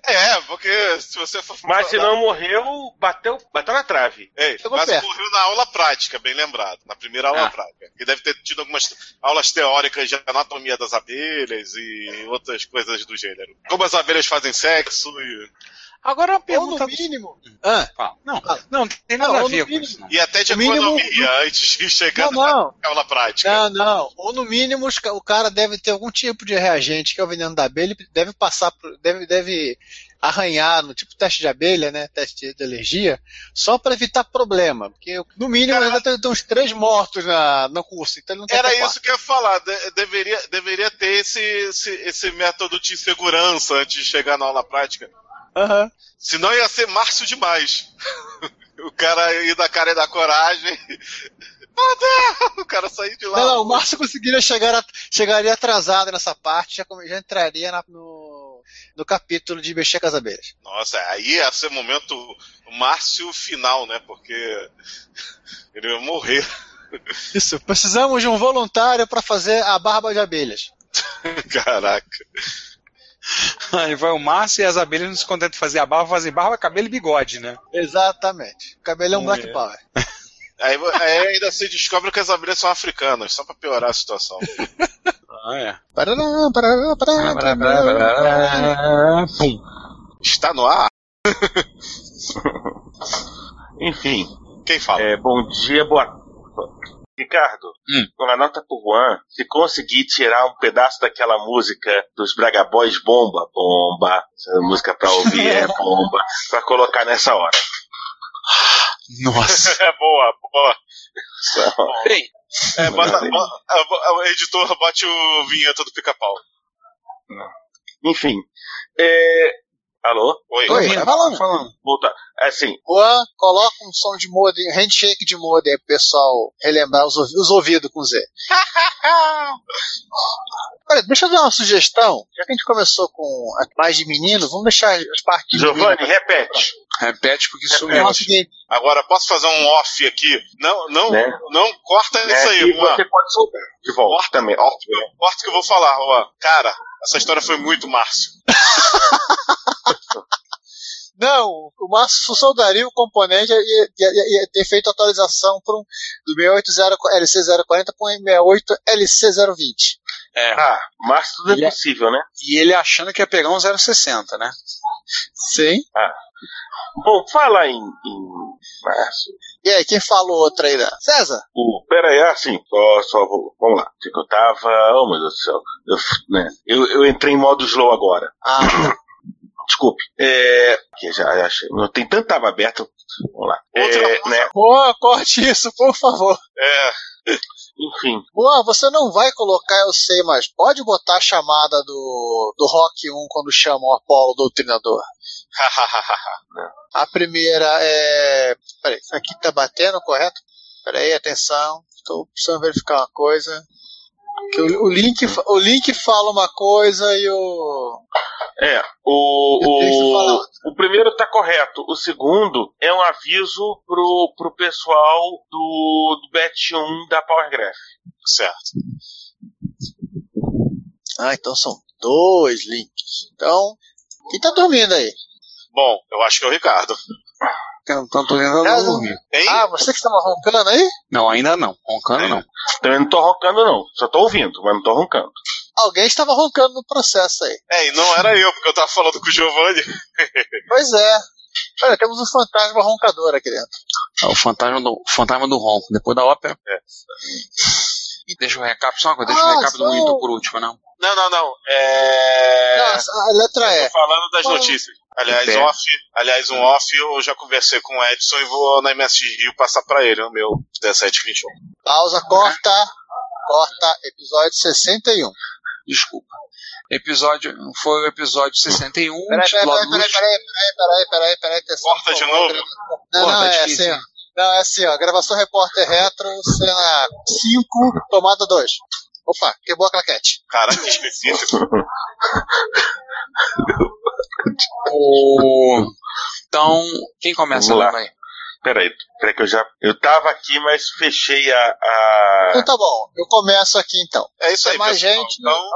Speaker 11: É, porque se você for.
Speaker 4: Mas se não morreu, bateu, bateu na trave.
Speaker 11: Ei,
Speaker 9: Chegou
Speaker 11: mas
Speaker 9: perto.
Speaker 11: morreu na aula prática, bem lembrado. Na primeira aula
Speaker 10: Ah.
Speaker 11: prática. E deve ter tido algumas aulas teóricas de anatomia das abelhas e outras coisas do gênero. Como as abelhas fazem sexo e,
Speaker 10: Agora uma
Speaker 9: Ou
Speaker 10: pergunta.
Speaker 9: no mínimo. Ah,
Speaker 10: Ah, não, não, não tem nada
Speaker 9: Não,
Speaker 10: a ver
Speaker 9: no
Speaker 10: com
Speaker 9: mínimo-
Speaker 10: isso. Não.
Speaker 11: e até de
Speaker 9: O mínimo-
Speaker 11: economia antes de chegar
Speaker 9: não, não.
Speaker 4: É
Speaker 11: na aula prática.
Speaker 9: Não, não. Ou no mínimo os ca- o cara deve ter algum tipo de reagente que é o veneno da abelha, ele deve passar por, deve deve arranhar no tipo teste de abelha, né? Teste de alergia, só para evitar problema, porque no mínimo
Speaker 11: Cara-
Speaker 9: ele deve ter uns três mortos na no curso, então ele não quer
Speaker 11: Era
Speaker 9: ter quatro.
Speaker 11: isso que eu ia falar. de- deveria, deveria ter esse, esse, esse método de segurança antes de chegar na aula prática.
Speaker 9: Aham.
Speaker 11: Senão ia ser março demais. o cara ir da cara e da coragem. Meu Deus! O cara sair de lá.
Speaker 9: Não, não, o Márcio conseguiria chegar a- chegaria atrasado nessa parte, já, come- já entraria na- no, no capítulo de mexer com as abelhas.
Speaker 11: Nossa, aí ia ser momento Márcio final, né? Porque ele ia morrer.
Speaker 9: Isso, precisamos de um voluntário para fazer a barba de abelhas.
Speaker 11: Caraca.
Speaker 10: Aí vai o Márcio e as abelhas não se contentam de fazer a barba, fazem barba, cabelo e bigode, né?
Speaker 9: Exatamente. Cabelão
Speaker 10: Hum,
Speaker 9: um Black
Speaker 10: é.
Speaker 9: Power. Né?
Speaker 11: Aí, aí ainda se descobre que as abelhas são africanas, só pra piorar a situação.
Speaker 10: Ah, é.
Speaker 9: Parará, parará, parará, parará.
Speaker 10: Pum.
Speaker 11: Está no ar?
Speaker 4: Enfim.
Speaker 11: Quem fala?
Speaker 4: É, bom dia, boa. Ricardo,
Speaker 10: Hum.
Speaker 4: com a nota por Juan, se conseguir tirar um pedaço daquela música dos Braga Boys, bomba, bomba, essa música pra ouvir é bomba, pra colocar nessa hora.
Speaker 10: Nossa.
Speaker 11: É boa, boa.
Speaker 4: Só-
Speaker 10: Bem,
Speaker 11: É, bota, bo- é, bo- é, o editor bote o vinheta do pica-pau.
Speaker 4: Enfim. É... Alô?
Speaker 11: Oi.
Speaker 9: Oi, tá falando?
Speaker 10: falando.
Speaker 4: Voltar. Assim,
Speaker 9: Juan, coloca um som de modem, handshake de modem aí pro pessoal relembrar os, ouvi- os ouvidos com Z. Olha, deixa eu dar uma sugestão. Já que a gente começou com a- mais de menino, vamos deixar as partes de menino
Speaker 4: Giovanni, repete.
Speaker 10: Repete porque
Speaker 9: É o
Speaker 10: sumiu.
Speaker 9: seguinte,
Speaker 4: Agora, posso fazer um off aqui? Não, não,
Speaker 8: Né?
Speaker 4: não corta
Speaker 8: Né?
Speaker 4: isso aí,
Speaker 8: E
Speaker 4: Juan.
Speaker 8: você pode soltar de volta também. né? Ó,
Speaker 4: Corta que eu vou falar, Juan. Cara, essa história foi muito Márcio.
Speaker 9: Não, o Márcio soldaria o componente e ia, ia- ia ter feito atualização por um, do 680 LC040 para um 68 LC020.
Speaker 10: É.
Speaker 8: Ah, mas tudo é possível, né?
Speaker 10: E ele achando que ia pegar um 060, né?
Speaker 9: Sim.
Speaker 8: Ah. Bom, fala em, em Márcio.
Speaker 9: E aí, quem falou outra aí, né? César?
Speaker 8: O, pera aí, ah, sim, só, só vou. Vamos lá. Que eu tava. Oh, meu Deus do céu. Eu, f- né, eu, eu entrei em modo slow agora.
Speaker 9: Ah,
Speaker 8: Desculpe. É. Que já, já achei. Não tem tanto aba aberto. Vamos lá. É, né,
Speaker 9: Boa, corte isso, por favor.
Speaker 4: É,
Speaker 8: enfim.
Speaker 9: Boa, você não vai colocar, eu sei, mas pode botar a chamada do, do Rock 1 quando chamam o Apolo Doutrinador. A primeira é. Peraí, isso aqui tá batendo, correto? Peraí, atenção. Estou precisando verificar uma coisa. Que o, o link, fa- o link fala uma coisa e o.
Speaker 8: É, o,
Speaker 9: Eu deixo
Speaker 8: o,
Speaker 9: falar.
Speaker 8: o primeiro tá correto. O segundo é um aviso pro, pro pessoal do, do Bet 1 da PowerGraph.
Speaker 4: certo.
Speaker 9: Ah, então são dois links. Então. Quem tá dormindo aí?
Speaker 4: Bom, eu acho que é o Ricardo.
Speaker 10: Tanto ainda
Speaker 9: César?
Speaker 10: não.
Speaker 4: Hein?
Speaker 9: Ah, você que estava roncando aí?
Speaker 10: Não, ainda não. Roncando não.
Speaker 8: Também então não tô roncando, não. Só tô ouvindo, mas não tô roncando.
Speaker 9: Alguém estava roncando no processo aí.
Speaker 4: É, e não era eu, porque eu tava falando com o Giovanni.
Speaker 9: Pois é. Olha, temos um fantasma roncador aqui dentro.
Speaker 10: É o fantasma do, o fantasma do ronco. Depois da ópera.
Speaker 4: É.
Speaker 10: Deixa o recap só uma coisa. Deixa
Speaker 9: Ah,
Speaker 10: o recap do
Speaker 9: só-
Speaker 10: monitor por último, né? não.
Speaker 4: Não, não, não. É.
Speaker 9: Nossa, a letra é.
Speaker 4: Tô falando das
Speaker 9: Fala.
Speaker 4: notícias. Aliás,
Speaker 8: Pé.
Speaker 4: off, aliás,
Speaker 8: Hum.
Speaker 4: um off eu já conversei com o Edson e vou na MSG Rio passar pra ele o meu 1721.
Speaker 9: Pausa, corta. Corta, episódio 61.
Speaker 10: Desculpa. Episódio. Foi o episódio 61.
Speaker 9: Peraí, peraí,
Speaker 10: titulado
Speaker 9: peraí, peraí, peraí, peraí, peraí, peraí, é atenção.
Speaker 4: Corta de novo?
Speaker 9: Não,
Speaker 10: Pô,
Speaker 9: não,
Speaker 10: tá
Speaker 9: é
Speaker 10: difícil,
Speaker 9: assim, ó. Não, é assim, ó. Gravação Repórter Retro, cena 5, tomada 2. Opa, quebrou a claquete.
Speaker 4: Caraca, que específico.
Speaker 10: O... Então, quem começa
Speaker 8: Vamos lá.
Speaker 10: lendo aí?
Speaker 8: Peraí, peraí que eu já. Eu tava aqui, mas fechei a. a-
Speaker 9: Então tá bom, eu começo aqui então.
Speaker 4: É isso
Speaker 9: Tem
Speaker 4: aí,
Speaker 9: mais
Speaker 4: pessoal.
Speaker 9: gente?
Speaker 4: Então,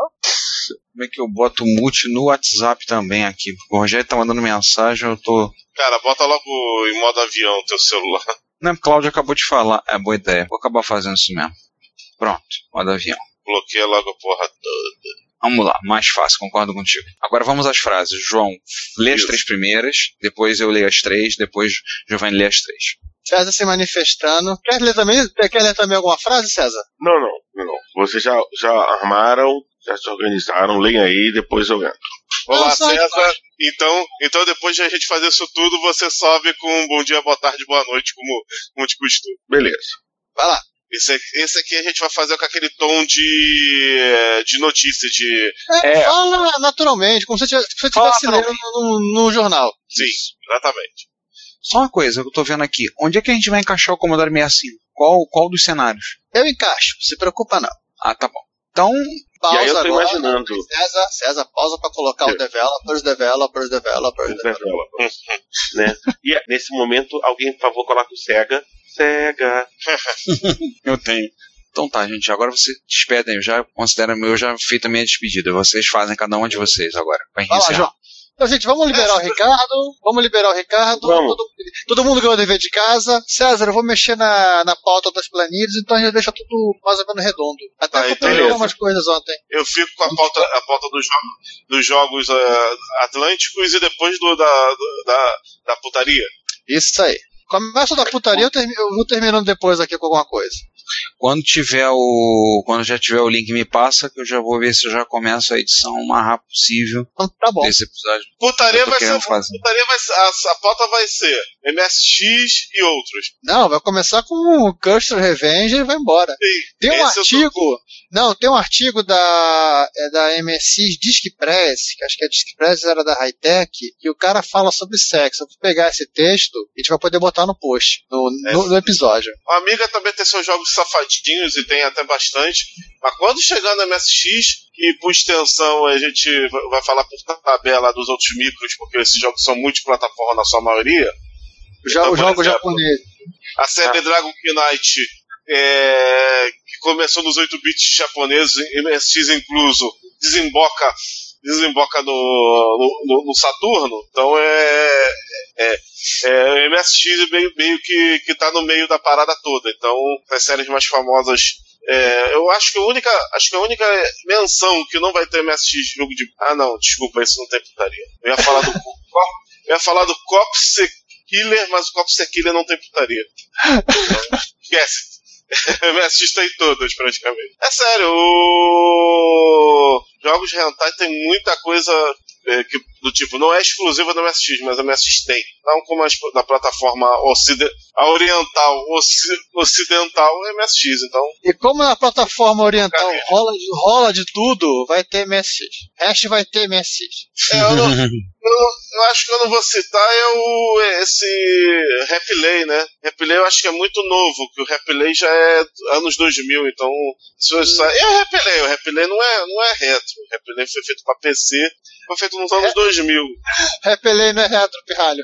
Speaker 10: Como é que eu boto mute no WhatsApp também aqui? O Rogério tá mandando mensagem, eu tô.
Speaker 4: cara, bota logo em modo avião teu celular.
Speaker 10: Não, Cláudio acabou de falar. É boa ideia. Vou acabar fazendo isso mesmo. Pronto, modo avião.
Speaker 4: Bloqueia logo a porra toda.
Speaker 10: Vamos lá, mais fácil, concordo contigo. Agora vamos às frases. João, lê as
Speaker 4: Isso.
Speaker 10: três primeiras, depois eu leio as três, depois Giovanni lê as três.
Speaker 9: César se manifestando. Quer ler também, quer ler também alguma frase, César?
Speaker 8: Não, não, não, não. Vocês já, já armaram, já se organizaram, leiam aí, depois eu entro.
Speaker 4: Olá,
Speaker 9: Não, só-
Speaker 4: César. Então, então, depois de a gente fazer isso tudo, você sobe com um bom dia, boa tarde, boa noite, como, como de costume.
Speaker 8: Beleza.
Speaker 9: Vai lá.
Speaker 4: Esse, aqui- esse aqui a gente vai fazer com aquele tom de, de notícia, de.
Speaker 9: É,
Speaker 8: É.
Speaker 9: Fala naturalmente, como se você
Speaker 10: Fala
Speaker 9: estivesse lendo num, num jornal.
Speaker 4: Sim, exatamente.
Speaker 10: Só uma coisa que eu tô vendo aqui. Onde é que a gente vai encaixar o Commodore 65? Qual, qual dos cenários?
Speaker 9: Eu encaixo, se preocupa não.
Speaker 10: Ah, tá bom. Então,
Speaker 9: Pausa
Speaker 8: e aí eu tô
Speaker 9: agora.
Speaker 8: imaginando.
Speaker 9: César, César, pausa pra colocar o
Speaker 8: Eu-
Speaker 9: developers, developers, developers.
Speaker 8: Pois é, Viola. né? E nesse momento, alguém, por favor, coloca o SEGA. SEGA.
Speaker 10: Eu tenho. Então tá, gente. Agora vocês despedem. Eu já considero meu, eu já feito a minha despedida. Vocês fazem cada um de vocês agora. Pra
Speaker 9: Vai lá,
Speaker 10: encerrar.
Speaker 9: João. Então, gente, vamos liberar o Ricardo. Vamos liberar o Ricardo.
Speaker 8: Vamos.
Speaker 9: Todo, todo mundo ganhou o dever de casa. César, eu vou mexer na, na pauta das planilhas, então a gente deixa tudo mais ou menos redondo. Até
Speaker 4: Aí,
Speaker 9: que eu peguei
Speaker 4: beleza.
Speaker 9: algumas coisas ontem.
Speaker 4: Eu fico com a pauta, a pauta dos, jo- dos jogos ah, atlânticos e depois do, da, do- da, da putaria.
Speaker 9: Isso aí. Começa da putaria, eu, termi- eu vou terminando depois aqui com alguma coisa.
Speaker 10: Quando tiver o. Quando já tiver o link, me passa, que eu já vou ver se eu já começo a edição o mais rápido possível
Speaker 9: Então, tá bom.
Speaker 10: desse episódio.
Speaker 4: Putaria
Speaker 10: Eu tô
Speaker 4: vai ser.
Speaker 8: é.
Speaker 10: querendo fazer.
Speaker 4: Putaria vai ser- a, a pauta vai ser MSX e outros.
Speaker 9: Não, vai começar com o Cursor Revenge e vai embora.
Speaker 4: Sim,
Speaker 9: Tem um
Speaker 4: esse eu tô-
Speaker 9: artigo. Não, tem um artigo da, é da MSX Disc Press, que acho que a Disc Press era da Hightech, que o cara fala sobre sexo. Eu vou pegar esse texto e a gente vai poder botar no post, no,
Speaker 4: É.
Speaker 9: no- no episódio.
Speaker 4: A Amiga também tem seus jogos safadinhos e tem até bastante. Mas quando chegar no MSX, e por extensão a gente va- vai falar por tabela dos outros micros, porque esses jogos são multiplataforma na sua maioria,
Speaker 9: Já,
Speaker 4: Então,
Speaker 9: o
Speaker 4: por
Speaker 9: jogo
Speaker 4: exemplo,
Speaker 9: japonês.
Speaker 4: A série Dragon Knight, é, que começou nos 8 bits japoneses, MSX incluso, é desemboca, desemboca no, no, no- no Saturno. Então é, é, é, o MSX meio, meio que, que tá no meio da parada toda. Então, as séries mais famosas. é, eu acho que a única, acho que a única menção que não vai ter MSX jogo de. Ah, não, desculpa, isso não tem putaria. Eu ia falar do. eu ia falar do Copse Killer, mas o Copse Killer não tem putaria. Esquece. Me assista em todas, praticamente. É sério, o... jogos de hentai tem muita coisa é, que, do tipo, não é exclusiva do MSX, mas a MSX tem. Não como as, da plataforma ocide, a oriental, oci- ocidental, é MSX, então.
Speaker 9: E como na plataforma oriental rola, de- rola de tudo, vai ter MSX. Hash vai ter MSX.
Speaker 4: É, eu, não- eu- eu acho que eu não vou citar é o, é esse Replay, né? Replay eu acho que é muito novo, que o Replay já é anos 2000, então. Se você sabe, é o Replay, o Replay não é, não é retro. O Replay foi feito pra PC, foi feito nos anos 2000.
Speaker 9: Repelei não é retro, pirralho.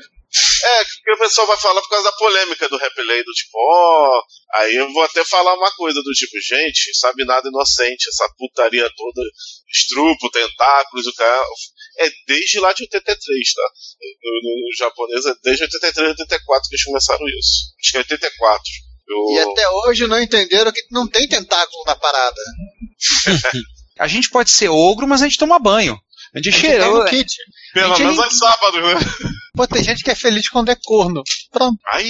Speaker 4: É, porque o pessoal vai falar por causa da polêmica do Replay, do tipo, ó. aí eu vou até falar uma coisa do tipo, gente, sabe nada inocente, essa putaria toda, estrupo, tentáculos, o cara. É desde lá de 83, tá? No, no- no japonês é desde 83, 84 que eles começaram isso. Acho que é 84. Eu-
Speaker 9: E até hoje não entenderam que não tem tentáculo na parada.
Speaker 10: A gente pode ser ogro, mas a gente toma banho. A gente cheira.
Speaker 9: Tem um
Speaker 10: a
Speaker 9: kit.
Speaker 10: gente-
Speaker 4: Pelo menos aos sábados, né?
Speaker 9: Pô, tem gente que é feliz quando é corno. Pronto.
Speaker 4: Ai,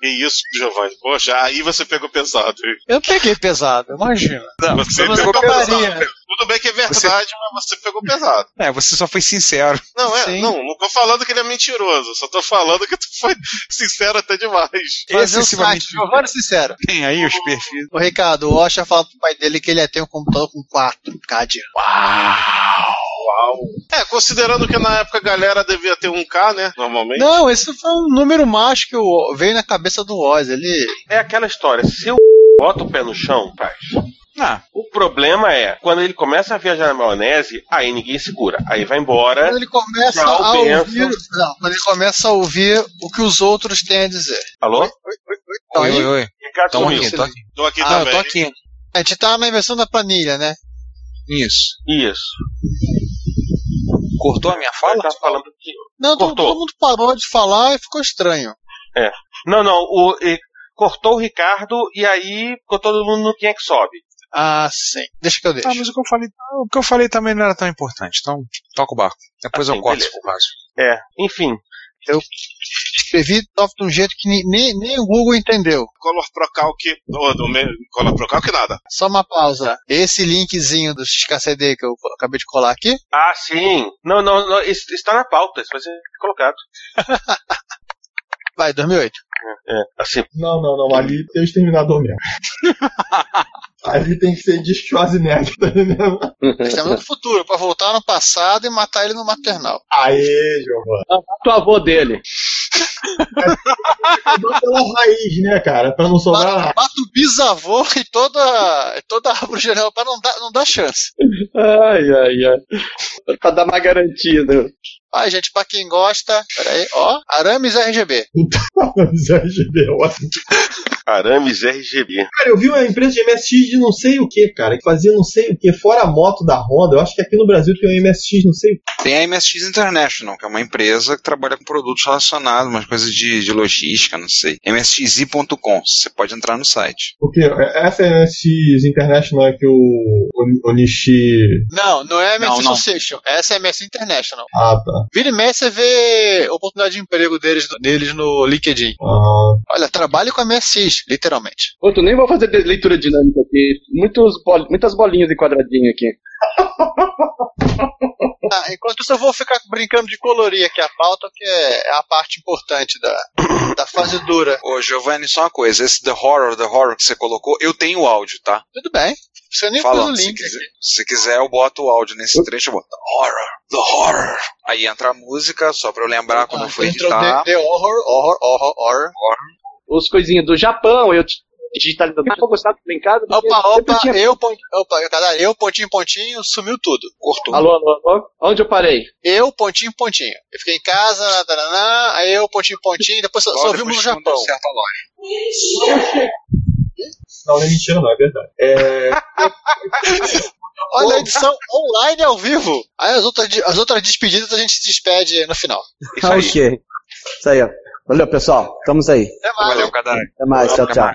Speaker 4: que isso, Giovanni. Poxa, aí você pegou pesado. hein?
Speaker 9: Eu peguei pesado, imagina.
Speaker 10: Não,
Speaker 4: Você
Speaker 10: mas
Speaker 4: pegou
Speaker 10: eu tomaria.
Speaker 4: pesado. Tudo bem que é verdade, mas você pegou pesado.
Speaker 10: É, você só foi sincero.
Speaker 4: Não, é, não, não tô falando que ele é mentiroso, só tô falando que tu foi sincero até demais.
Speaker 9: Fazer um site, Giovanni Sincero.
Speaker 10: Tem aí os perfis.
Speaker 9: O Ricardo, o Osha fala pro pai dele que ele ia ter um computador com 4K de
Speaker 4: Uau! É, considerando que na época a galera devia ter um K, né? Normalmente.
Speaker 9: Não, esse foi um número mágico que o- veio na cabeça do Oz. Ele.
Speaker 13: É aquela história. Se o bota o pé no chão, faz.
Speaker 10: Ah,
Speaker 13: O problema é, quando ele começa a viajar na maionese, aí ninguém segura. Aí vai embora.
Speaker 9: Quando ele começa
Speaker 13: Tchau,
Speaker 9: a
Speaker 13: benção.
Speaker 9: ouvir. Não, quando ele começa a ouvir o que os outros têm a dizer.
Speaker 13: Alô?
Speaker 9: Então,
Speaker 10: Oi,
Speaker 9: aí,
Speaker 10: oi, oi.
Speaker 13: Ricardo
Speaker 10: Tamo
Speaker 13: sumiu.
Speaker 10: aqui, tô aqui.
Speaker 4: Tô aqui
Speaker 10: ah,
Speaker 4: também.
Speaker 10: eu tô aqui.
Speaker 9: A gente tá na inversão da planilha, né?
Speaker 10: Isso.
Speaker 13: Isso.
Speaker 10: Cortou a minha fala?
Speaker 13: Tá falando que...
Speaker 9: Não, todo,
Speaker 13: Cortou.
Speaker 9: todo mundo parou de falar e ficou estranho.
Speaker 13: É. Não, não. O, e- cortou o Ricardo e aí ficou todo mundo no quem é que sobe.
Speaker 9: Ah, sim. Deixa que eu deixo.
Speaker 10: Ah, mas o que eu falei, o que eu falei também não era tão importante. Então, toca o barco. Depois
Speaker 13: Assim,
Speaker 10: eu corto
Speaker 13: beleza.
Speaker 10: se for o caso.
Speaker 13: É. Enfim.
Speaker 9: Escrevi top de um jeito que ni- nem, nem o Google entendeu.
Speaker 4: Color Procalc. Oh, do me... Color Procalc nada.
Speaker 9: Só uma pausa. Esse linkzinho do XKCD que eu acabei de colar aqui,
Speaker 13: Ah, sim. Não, não, não isso está na pauta. Isso vai ser colocado.
Speaker 9: vai, 2008.
Speaker 13: É. Assim.
Speaker 14: Não, não, não. Ali tem o exterminador mesmo. ali tem que ser de Schwarzenegger, tá entendendo?
Speaker 9: Estamos no futuro, pra voltar no passado e matar ele no maternal.
Speaker 14: Aê, Giovanni.
Speaker 15: Tu avô dele.
Speaker 14: Acabou pela raiz, né, cara? Pra não sobrar
Speaker 9: Mata,
Speaker 14: nada.
Speaker 9: mata o bisavô e toda, e toda a árvore geral pra não dar, não dar chance.
Speaker 15: Ai, ai, ai. Pra dar uma garantia, né?
Speaker 9: Ai, gente, pra quem gosta, peraí, ó, Arames RGB.
Speaker 14: RGB, ótimo.
Speaker 13: Arames RGB.
Speaker 14: Cara, eu vi uma empresa de MSX de não sei o que, cara, que fazia não sei o que, fora a moto da Honda. Eu acho que aqui no Brasil tem um MSX, não sei o que.
Speaker 10: Tem a MSX International, que é uma empresa que trabalha com produtos relacionados, umas coisas de, de logística, não sei. MSXI.com, você pode entrar no site.
Speaker 14: Porque essa é a MSX International é que o, o, o Nishi.
Speaker 9: Não, não é MS
Speaker 14: Não, não.
Speaker 9: Association, essa é MS International.
Speaker 14: Ah, tá.
Speaker 9: Vira e mexe, você vê oportunidade de emprego deles, deles no LinkedIn.
Speaker 14: Ah.
Speaker 9: Olha, trabalhe com a MSX, literalmente.
Speaker 15: Pô, tu nem vou fazer de- leitura dinâmica aqui. Muitos bol- muitas bolinhas e quadradinho aqui.
Speaker 9: Tá, enquanto isso, eu vou ficar brincando de colorir aqui a pauta, que é é a parte importante da, da fase dura.
Speaker 10: Ô, Giovanni, só uma coisa. Esse The Horror, The Horror que você colocou, eu tenho o áudio, tá?
Speaker 9: Tudo bem, você nem
Speaker 10: Falando,
Speaker 9: pôs o
Speaker 10: se
Speaker 9: link.
Speaker 10: quiser, se quiser, eu boto o áudio nesse trecho, eu boto The Horror, The Horror. Aí entra a música, só pra eu lembrar quando eu for
Speaker 9: Ah, Entrou
Speaker 10: editar.
Speaker 9: the, the Horror, Horror, Horror, Horror.
Speaker 10: Horror.
Speaker 15: Os coisinhas do Japão, eu, t-
Speaker 16: digitalizador. Eu vou gostar de em casa. porque
Speaker 9: Opa,
Speaker 16: sempre
Speaker 9: opa,
Speaker 16: tinha-
Speaker 9: eu, pon- opa, cadê? eu, pontinho, pontinho, sumiu tudo. Cortou.
Speaker 16: Alô, alô, alô? Onde eu parei?
Speaker 9: Eu, pontinho, pontinho. Eu fiquei em casa, taraná, aí eu, pontinho, pontinho, depois só, só vimos no Japão.
Speaker 14: Não, não é mentira, não, é verdade. É,
Speaker 9: Olha a edição online ao vivo. Aí as outras, de- as outras despedidas a gente se despede no final.
Speaker 14: Tá
Speaker 17: Ah, ok. Isso aí, ó. Valeu, pessoal. Estamos aí.
Speaker 10: Valeu, Cadai.
Speaker 17: Até mais. Tchau, tchau.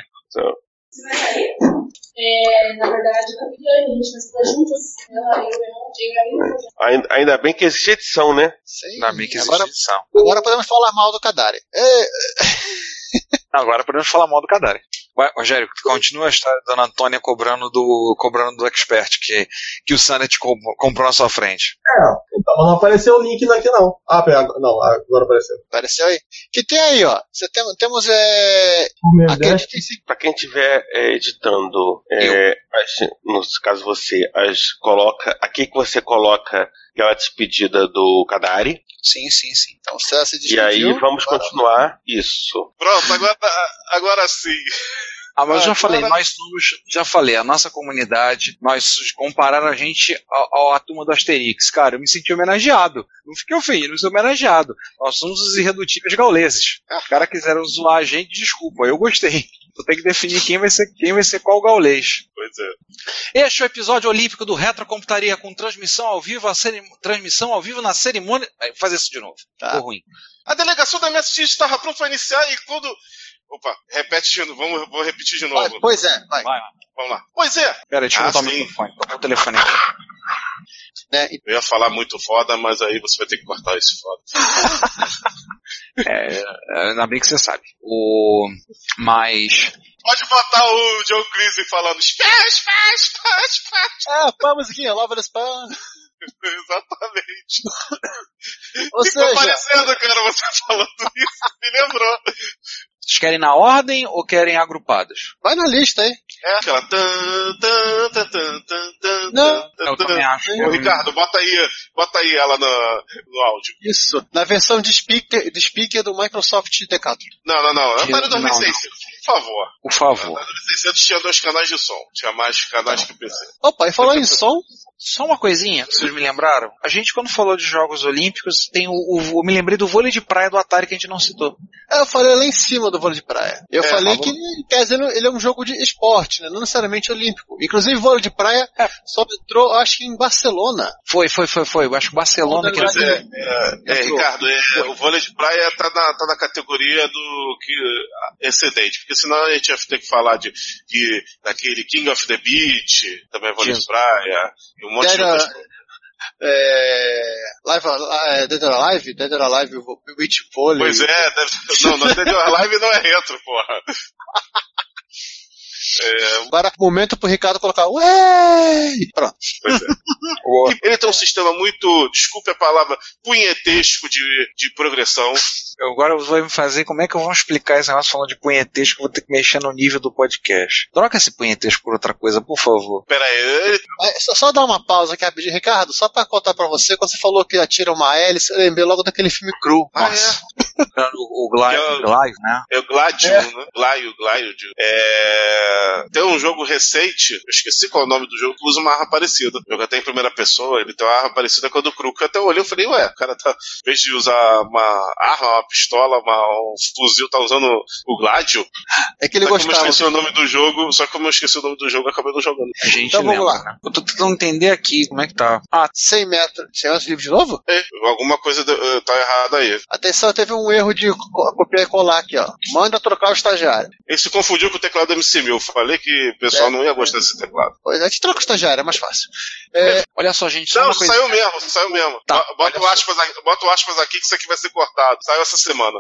Speaker 18: É, na verdade, eu pedi a gente, mas tá juntos. Ela, eu, eu, eu, eu.
Speaker 8: Ainda, ainda bem que existe edição, né?
Speaker 9: Ainda
Speaker 10: bem que
Speaker 8: existe
Speaker 10: edição.
Speaker 9: Agora podemos falar mal do Kadari. É,
Speaker 10: Agora podemos falar mal do Kadari. Ué, Rogério, continua a história da Dona Antônia cobrando do, cobrando do expert que, que o Sanet com- comprou na sua frente.
Speaker 14: então, mas não apareceu o link aqui, não. Ah, pera, agora- não, agora apareceu.
Speaker 9: Apareceu aí? Que tem aí, ó. Você tem, temos é,
Speaker 8: Aquele que se- Pra quem estiver editando, é, as- no caso você, as coloca. Aqui que você coloca aquela despedida do Kadari.
Speaker 10: Sim, sim, sim.
Speaker 9: Então, César se
Speaker 8: E aí vamos continuar isso.
Speaker 4: Pronto, agora, agora sim.
Speaker 10: Ah, mas eu
Speaker 4: Ah,
Speaker 10: já falei,
Speaker 4: agora-
Speaker 10: nós somos, já falei, a nossa comunidade, nós compararam a gente ao, ao- à turma do Asterix. Cara, eu me senti homenageado. Não fiquei ofendido, me senti homenageado. Nós somos os irredutíveis gauleses.
Speaker 4: Ah.
Speaker 10: Os caras quiseram zoar a gente, desculpa, eu gostei. Eu tenho que definir quem vai ser, quem vai ser qual gaulês.
Speaker 4: Pois é.
Speaker 10: Este é o episódio olímpico do Retrocomputaria com transmissão ao vivo, a cerim- transmissão ao vivo na cerimônia. Ai, Vou fazer isso de novo.
Speaker 4: Tá.
Speaker 10: Ficou ruim.
Speaker 4: A delegação da MSX estava pronta para iniciar e quando. Opa, repete de novo. Vamos, vou repetir de novo.
Speaker 9: pois é, vai.
Speaker 4: Vamos lá. Pois é.
Speaker 10: Pera, deixa
Speaker 4: Ah,
Speaker 10: eu botar o
Speaker 4: sim.
Speaker 10: microfone. Toca o telefone aqui.
Speaker 4: Eu ia falar muito foda, mas aí você vai ter que cortar esse foda.
Speaker 10: É, é, ainda bem que você sabe. O... Mas.
Speaker 4: Pode botar o John Cleese falando Spaz, faz, faz, faz.
Speaker 9: É, pá, a musiquinha, Love the Spam.
Speaker 4: Exatamente.
Speaker 9: Ou
Speaker 4: Ficou
Speaker 9: seja-
Speaker 4: parecendo, cara, você falando isso. Me lembrou.
Speaker 10: Vocês querem na ordem ou querem agrupadas?
Speaker 9: Vai na lista, hein?
Speaker 4: É aquela. tan, tan, tan, tan, tan, tan,
Speaker 9: Não.
Speaker 4: tan,
Speaker 9: Eu
Speaker 4: tan.
Speaker 9: também acho.
Speaker 4: Ô, Ricardo, bota aí, bota aí ela na- no áudio.
Speaker 9: Isso, na versão de speaker, de speaker do Microsoft Decathlon.
Speaker 4: Não, não, não. Atari
Speaker 9: Não, não.
Speaker 4: 2600, é por favor. É,
Speaker 10: Por favor.
Speaker 4: Atari 2600 tinha dois canais de som. Tinha mais canais que o PC.
Speaker 9: Opa, e falou em som.
Speaker 10: Só uma coisinha, vocês me lembraram? A gente, quando falou de Jogos Olímpicos, tem o, o- eu me lembrei do vôlei de praia do Atari que a gente não citou.
Speaker 9: É, Eu falei lá em cima do vôlei de praia. Eu
Speaker 10: É,
Speaker 9: falei
Speaker 4: tá
Speaker 9: que,
Speaker 10: mas
Speaker 9: quer dizer, ele é um jogo de esporte, né? não necessariamente olímpico. Inclusive, vôlei de praia
Speaker 4: É.
Speaker 9: só entrou, acho que em Barcelona.
Speaker 10: Foi, foi, foi, foi. Eu acho que o Barcelona que
Speaker 4: Pois é, é, é, Ricardo, é, o vôlei de praia tá na, tá na categoria do que ah, excedente, porque senão a gente ia ter que falar de, de daquele King of the Beach, também é vôlei de praia, e um monte de
Speaker 9: Dead
Speaker 4: outras
Speaker 9: or- é, live, é, Dead or Alive, Dead or Alive, Beach Volley.
Speaker 4: Pois é, deve... não, não, Dead or Alive não é retro, porra. É,
Speaker 9: Agora, momento pro Ricardo colocar, ué! Pronto.
Speaker 4: Pois é. E Ele tem um sistema muito, desculpe a palavra, punhetesco de, de progressão.
Speaker 10: Eu agora vou me fazer como é que eu vou explicar esse negócio falando de punhetesco, vou ter que mexer no nível do podcast. Troca esse punhetesco por outra coisa, por favor.
Speaker 4: Pera aí.
Speaker 9: É, Só, só dar uma pausa aqui rapidinho, Ricardo, só pra contar pra você, quando você falou que atira uma hélice, eu lembrei logo daquele filme cru.
Speaker 10: Nossa. Ah, é? O, o Glide, né?
Speaker 4: É o Gladio, né? Glaio, Glaio. É... Tem um jogo recente, eu esqueci qual é o nome do jogo, que usa uma arma parecida. O jogo até em primeira pessoa, ele tem uma arma parecida com a do Kruk. Eu até olhei e falei, ué, o cara tá, em vez de usar uma arma, uma pistola, uma- um fuzil, tá usando o Gladio.
Speaker 9: É que ele
Speaker 4: só Que
Speaker 9: gostava.
Speaker 4: eu esqueci o nome do jogo, só que como eu esqueci o nome do jogo, eu acabei não jogando.
Speaker 10: A gente
Speaker 4: Então,
Speaker 10: lembra, né? Eu tô tentando entender aqui como é que tá. Ah,
Speaker 9: 100 metros. 100 metros livre de novo?
Speaker 4: É, alguma coisa eh, tá errada aí.
Speaker 9: Atenção, teve um erro de co- copiar e colar aqui, ó. Manda trocar o estagiário.
Speaker 4: Ele se confundiu com o teclado MC1000. Falei que o
Speaker 9: É.
Speaker 4: pessoal não ia gostar desse teclado.
Speaker 9: Pois é, a gente troca o estagiário, é mais fácil.
Speaker 10: Olha só, gente,
Speaker 4: Não, saiu mesmo, saiu mesmo.
Speaker 11: Tá,
Speaker 4: Bo- bota, o aspas, aqui- bota o aspas aqui que isso aqui vai ser cortado. Saiu essa semana.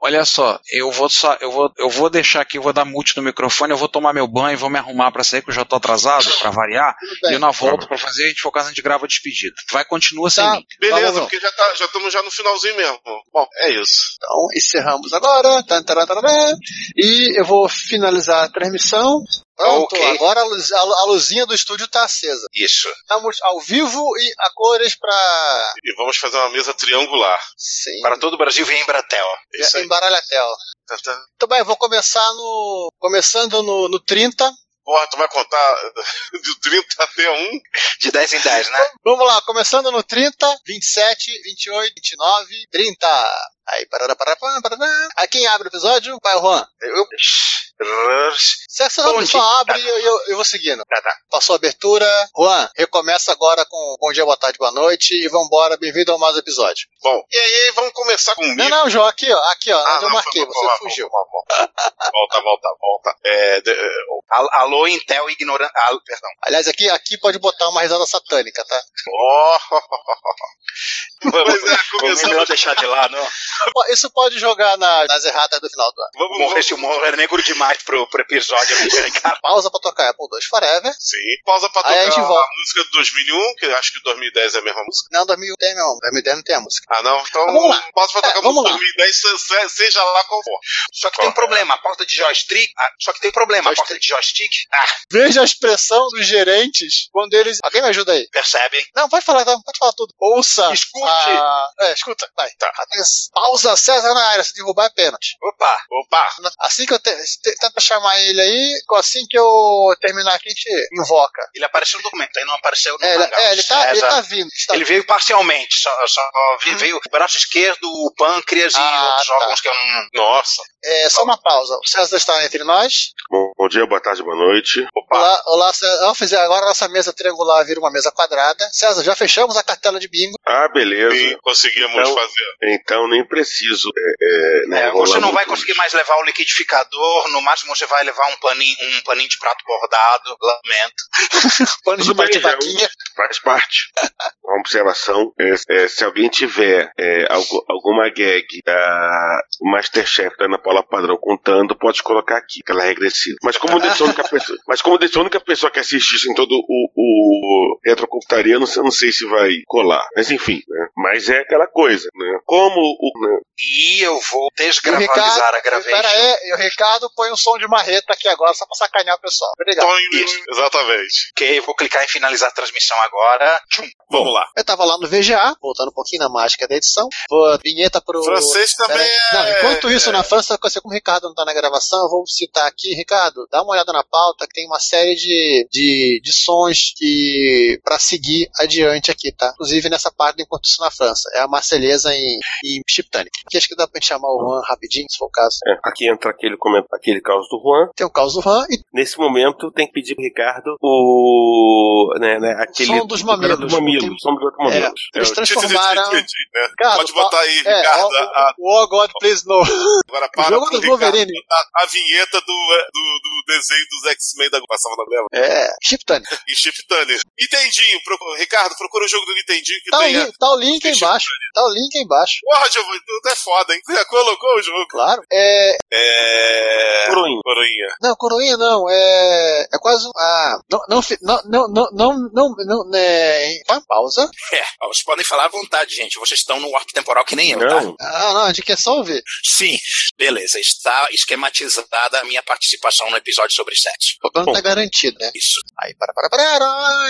Speaker 10: Olha só, eu vou só, eu vou, eu vou deixar aqui, eu vou dar mute no microfone, eu vou tomar meu banho, vou me arrumar pra sair, que eu já tô atrasado, pra variar.
Speaker 4: bem.
Speaker 10: E eu na volta pra fazer, a gente focar, a gente grava a despedida. Vai, continua sem mim.
Speaker 4: Beleza, porque já, tá, já estamos já no finalzinho mesmo. Bom, é isso.
Speaker 9: Então, encerramos agora. Tan, taran, taran, taran. E eu vou finalizar a transmissão Pronto. Pronto,
Speaker 11: Ok.
Speaker 9: agora a, luz- a lu- a luzinha do estúdio está acesa.
Speaker 4: Isso.
Speaker 9: Estamos ao vivo e a cores para.
Speaker 4: E vamos fazer uma mesa triangular.
Speaker 9: Sim.
Speaker 11: Para todo o Brasil vem em Bratel.
Speaker 4: É
Speaker 9: Isso Embaralha a tela.
Speaker 4: Tá,
Speaker 9: Então, bem, vou começar no. Começando no, no 30.
Speaker 4: Porra, tu vai contar de 30 até 1?
Speaker 11: De 10 em 10, né?
Speaker 9: Vamos lá, começando no 30, 27, 28, 29, 30. Aí, parará, parará, parará, parará. Aí quem abre o episódio? Vai, Juan.
Speaker 11: Eu.
Speaker 9: Se essa não só abre, eu, eu, eu vou seguindo.
Speaker 11: Tá, tá.
Speaker 9: Passou a abertura. Juan, recomeça agora com bom dia, boa tarde, boa noite e vambora, bem-vindo a mais um episódio.
Speaker 4: Bom, e aí vamos começar comigo.
Speaker 9: Não, não, João, aqui, ó, aqui, ó,
Speaker 4: Ah,
Speaker 9: onde eu
Speaker 4: não,
Speaker 9: marquei,
Speaker 4: foi bom,
Speaker 9: você
Speaker 4: foi bom,
Speaker 9: fugiu.
Speaker 4: Volta, volta, volta. É, de- é,
Speaker 11: Al- Alô, Intel ignorante. Al- Perdão.
Speaker 9: Aliás, aqui, aqui pode botar uma risada satânica, tá?
Speaker 4: Pois é,
Speaker 11: começou. Melhor deixar de lá, não.
Speaker 9: Pô, Isso pode jogar na- nas erratas do final do ano.
Speaker 4: Vamos
Speaker 11: morrer esse humor é negro demais pro, pro episódio. né,
Speaker 9: Pausa pra tocar Apple II Forever.
Speaker 4: Sim. Pausa pra
Speaker 9: Aí a
Speaker 4: tocar
Speaker 9: gente
Speaker 4: a,
Speaker 9: volta.
Speaker 4: música de 2001, que eu acho que 2010 é a mesma música.
Speaker 9: Não, 2010 não, 2010 não um tem a música.
Speaker 4: Ah, não? Então,
Speaker 9: Mas vamos lá.
Speaker 4: pausa pra
Speaker 9: É,
Speaker 4: tocar a
Speaker 9: vamos
Speaker 4: música de
Speaker 9: lá.
Speaker 4: 2010, se- se- seja lá qual for.
Speaker 11: Só que tem um problema. A porta de joystick. ah, Só que tem um problema. A porta de joystick. Ah,
Speaker 9: Veja a expressão dos gerentes quando eles. Alguém me ajuda aí.
Speaker 11: percebem?
Speaker 9: Não, pode falar, tá? pode falar tudo. Ouça.
Speaker 11: Escute.
Speaker 9: a- É, escuta, vai.
Speaker 11: Tá.
Speaker 9: Atenção. Pausa César na área, se derrubar é pênalti.
Speaker 11: Opa.
Speaker 4: Opa.
Speaker 9: Assim que eu te... te- tenta chamar ele aí, assim que eu terminar aqui, a gente invoca.
Speaker 11: Ele apareceu no documento, aí não apareceu no
Speaker 9: É, ele-
Speaker 11: hangout.
Speaker 9: é, ele tá- Hum. ele
Speaker 11: César.
Speaker 9: tá vindo, está
Speaker 11: Ele
Speaker 9: vindo.
Speaker 11: veio parcialmente, só, só vi- veio o braço esquerdo, o pâncreas
Speaker 9: Ah,
Speaker 11: e outros
Speaker 9: tá.
Speaker 11: órgãos que eu não.
Speaker 4: Nossa.
Speaker 9: É, só uma pausa. O César está entre nós.
Speaker 19: Bom, bom dia, boa tarde, boa noite.
Speaker 11: Tá.
Speaker 9: Olá, olá, César. Vamos fazer agora a nossa mesa triangular vira uma mesa quadrada. César, já fechamos a cartela de bingo.
Speaker 19: Ah, beleza.
Speaker 4: conseguimos fazer.
Speaker 19: Então nem preciso. É, é, né,
Speaker 11: É,
Speaker 19: rolar
Speaker 11: você não vai
Speaker 19: muito.
Speaker 11: conseguir mais levar o liquidificador, no máximo você vai levar um paninho, um paninho de prato bordado, lamento.
Speaker 9: Pano
Speaker 19: de mate vaquinha. Faz parte. Uma observação: é, é, se alguém tiver é, algu- alguma gag da Masterchef da Ana Paula Padrão contando, pode colocar aqui, que ela é regressiva. Mas como desse a única pessoa, mas como desse a única pessoa que assistisse em todo o, o retrocomputariano, eu não sei se vai colar. Mas enfim, né? mas é aquela coisa, né? Como o. né?
Speaker 11: E eu vou
Speaker 9: E o
Speaker 11: desgravalizar a gravation.
Speaker 9: Pera aí, e o Ricardo põe um som de marreta aqui agora só pra sacanear o pessoal. Obrigado.
Speaker 11: Isso.
Speaker 4: Exatamente.
Speaker 11: Ok, eu vou clicar em finalizar a transmissão agora. Tchum.
Speaker 4: Vamos lá.
Speaker 9: Eu tava lá no VGA, voltando um pouquinho na mágica da edição. Vou vinheta pro.
Speaker 4: Francês também
Speaker 9: Pera-
Speaker 4: é-
Speaker 9: Não, enquanto isso na França, você como o Ricardo não tá na gravação, eu vou citar aqui. Ricardo, dá uma olhada na pauta que tem uma série de, de, de sons que pra seguir adiante aqui, tá? Inclusive nessa parte do Enquanto isso na França. É a Marselhesa em, em Chiptanic. Que acho que dá pra gente chamar o Juan rapidinho, se for o caso.
Speaker 19: É, aqui entra aquele, comen- aquele caos do Juan.
Speaker 9: Tem o caos do Juan e
Speaker 19: Nesse momento, tem que pedir pro Ricardo o. Né, né, aquele,
Speaker 9: som dos mamilos.
Speaker 19: do garoto mamilo, o som do garoto
Speaker 9: É,
Speaker 19: mamilos.
Speaker 9: eles
Speaker 19: É,
Speaker 9: transformaram.
Speaker 4: né?
Speaker 9: Ricardo,
Speaker 4: Pode botar aí,
Speaker 9: é,
Speaker 4: Ricardo.
Speaker 9: o-
Speaker 4: a-
Speaker 9: o- Oh God, please no.
Speaker 4: Agora para.
Speaker 9: O jogo
Speaker 4: pro
Speaker 9: do Wolverine.
Speaker 4: Ricardo, A, a vinheta do, é, do, do desenho dos X-Men da passava da Bela.
Speaker 9: É, Chiptanic.
Speaker 4: E Chip Tanner. Nintendinho. Pro, Ricardo, procura o jogo do Nintendinho que
Speaker 9: Tá o,
Speaker 4: tem.
Speaker 9: link, tá o link aí embaixo. Tá o link aí embaixo.
Speaker 4: Porra, Giovanni, tu é foda, hein? Tu já colocou o jogo.
Speaker 9: Claro. É.
Speaker 4: É.
Speaker 19: Coroinha.
Speaker 4: Coroinha.
Speaker 9: Não, coroinha não, é. É quase um. Ah, não, não, fi- não, não, não, não, não, não, né, hein? Uma pausa.
Speaker 11: É, ó, vocês podem falar à vontade, gente. Vocês estão no warp temporal que nem eu, tá?
Speaker 9: Ah, não, a gente quer só ouvir.
Speaker 11: Sim, beleza. Está esquematizada a minha participação no episódio sobre sexo.
Speaker 9: O plano tá garantido, né?
Speaker 11: Isso.
Speaker 9: Aí, para, para, para,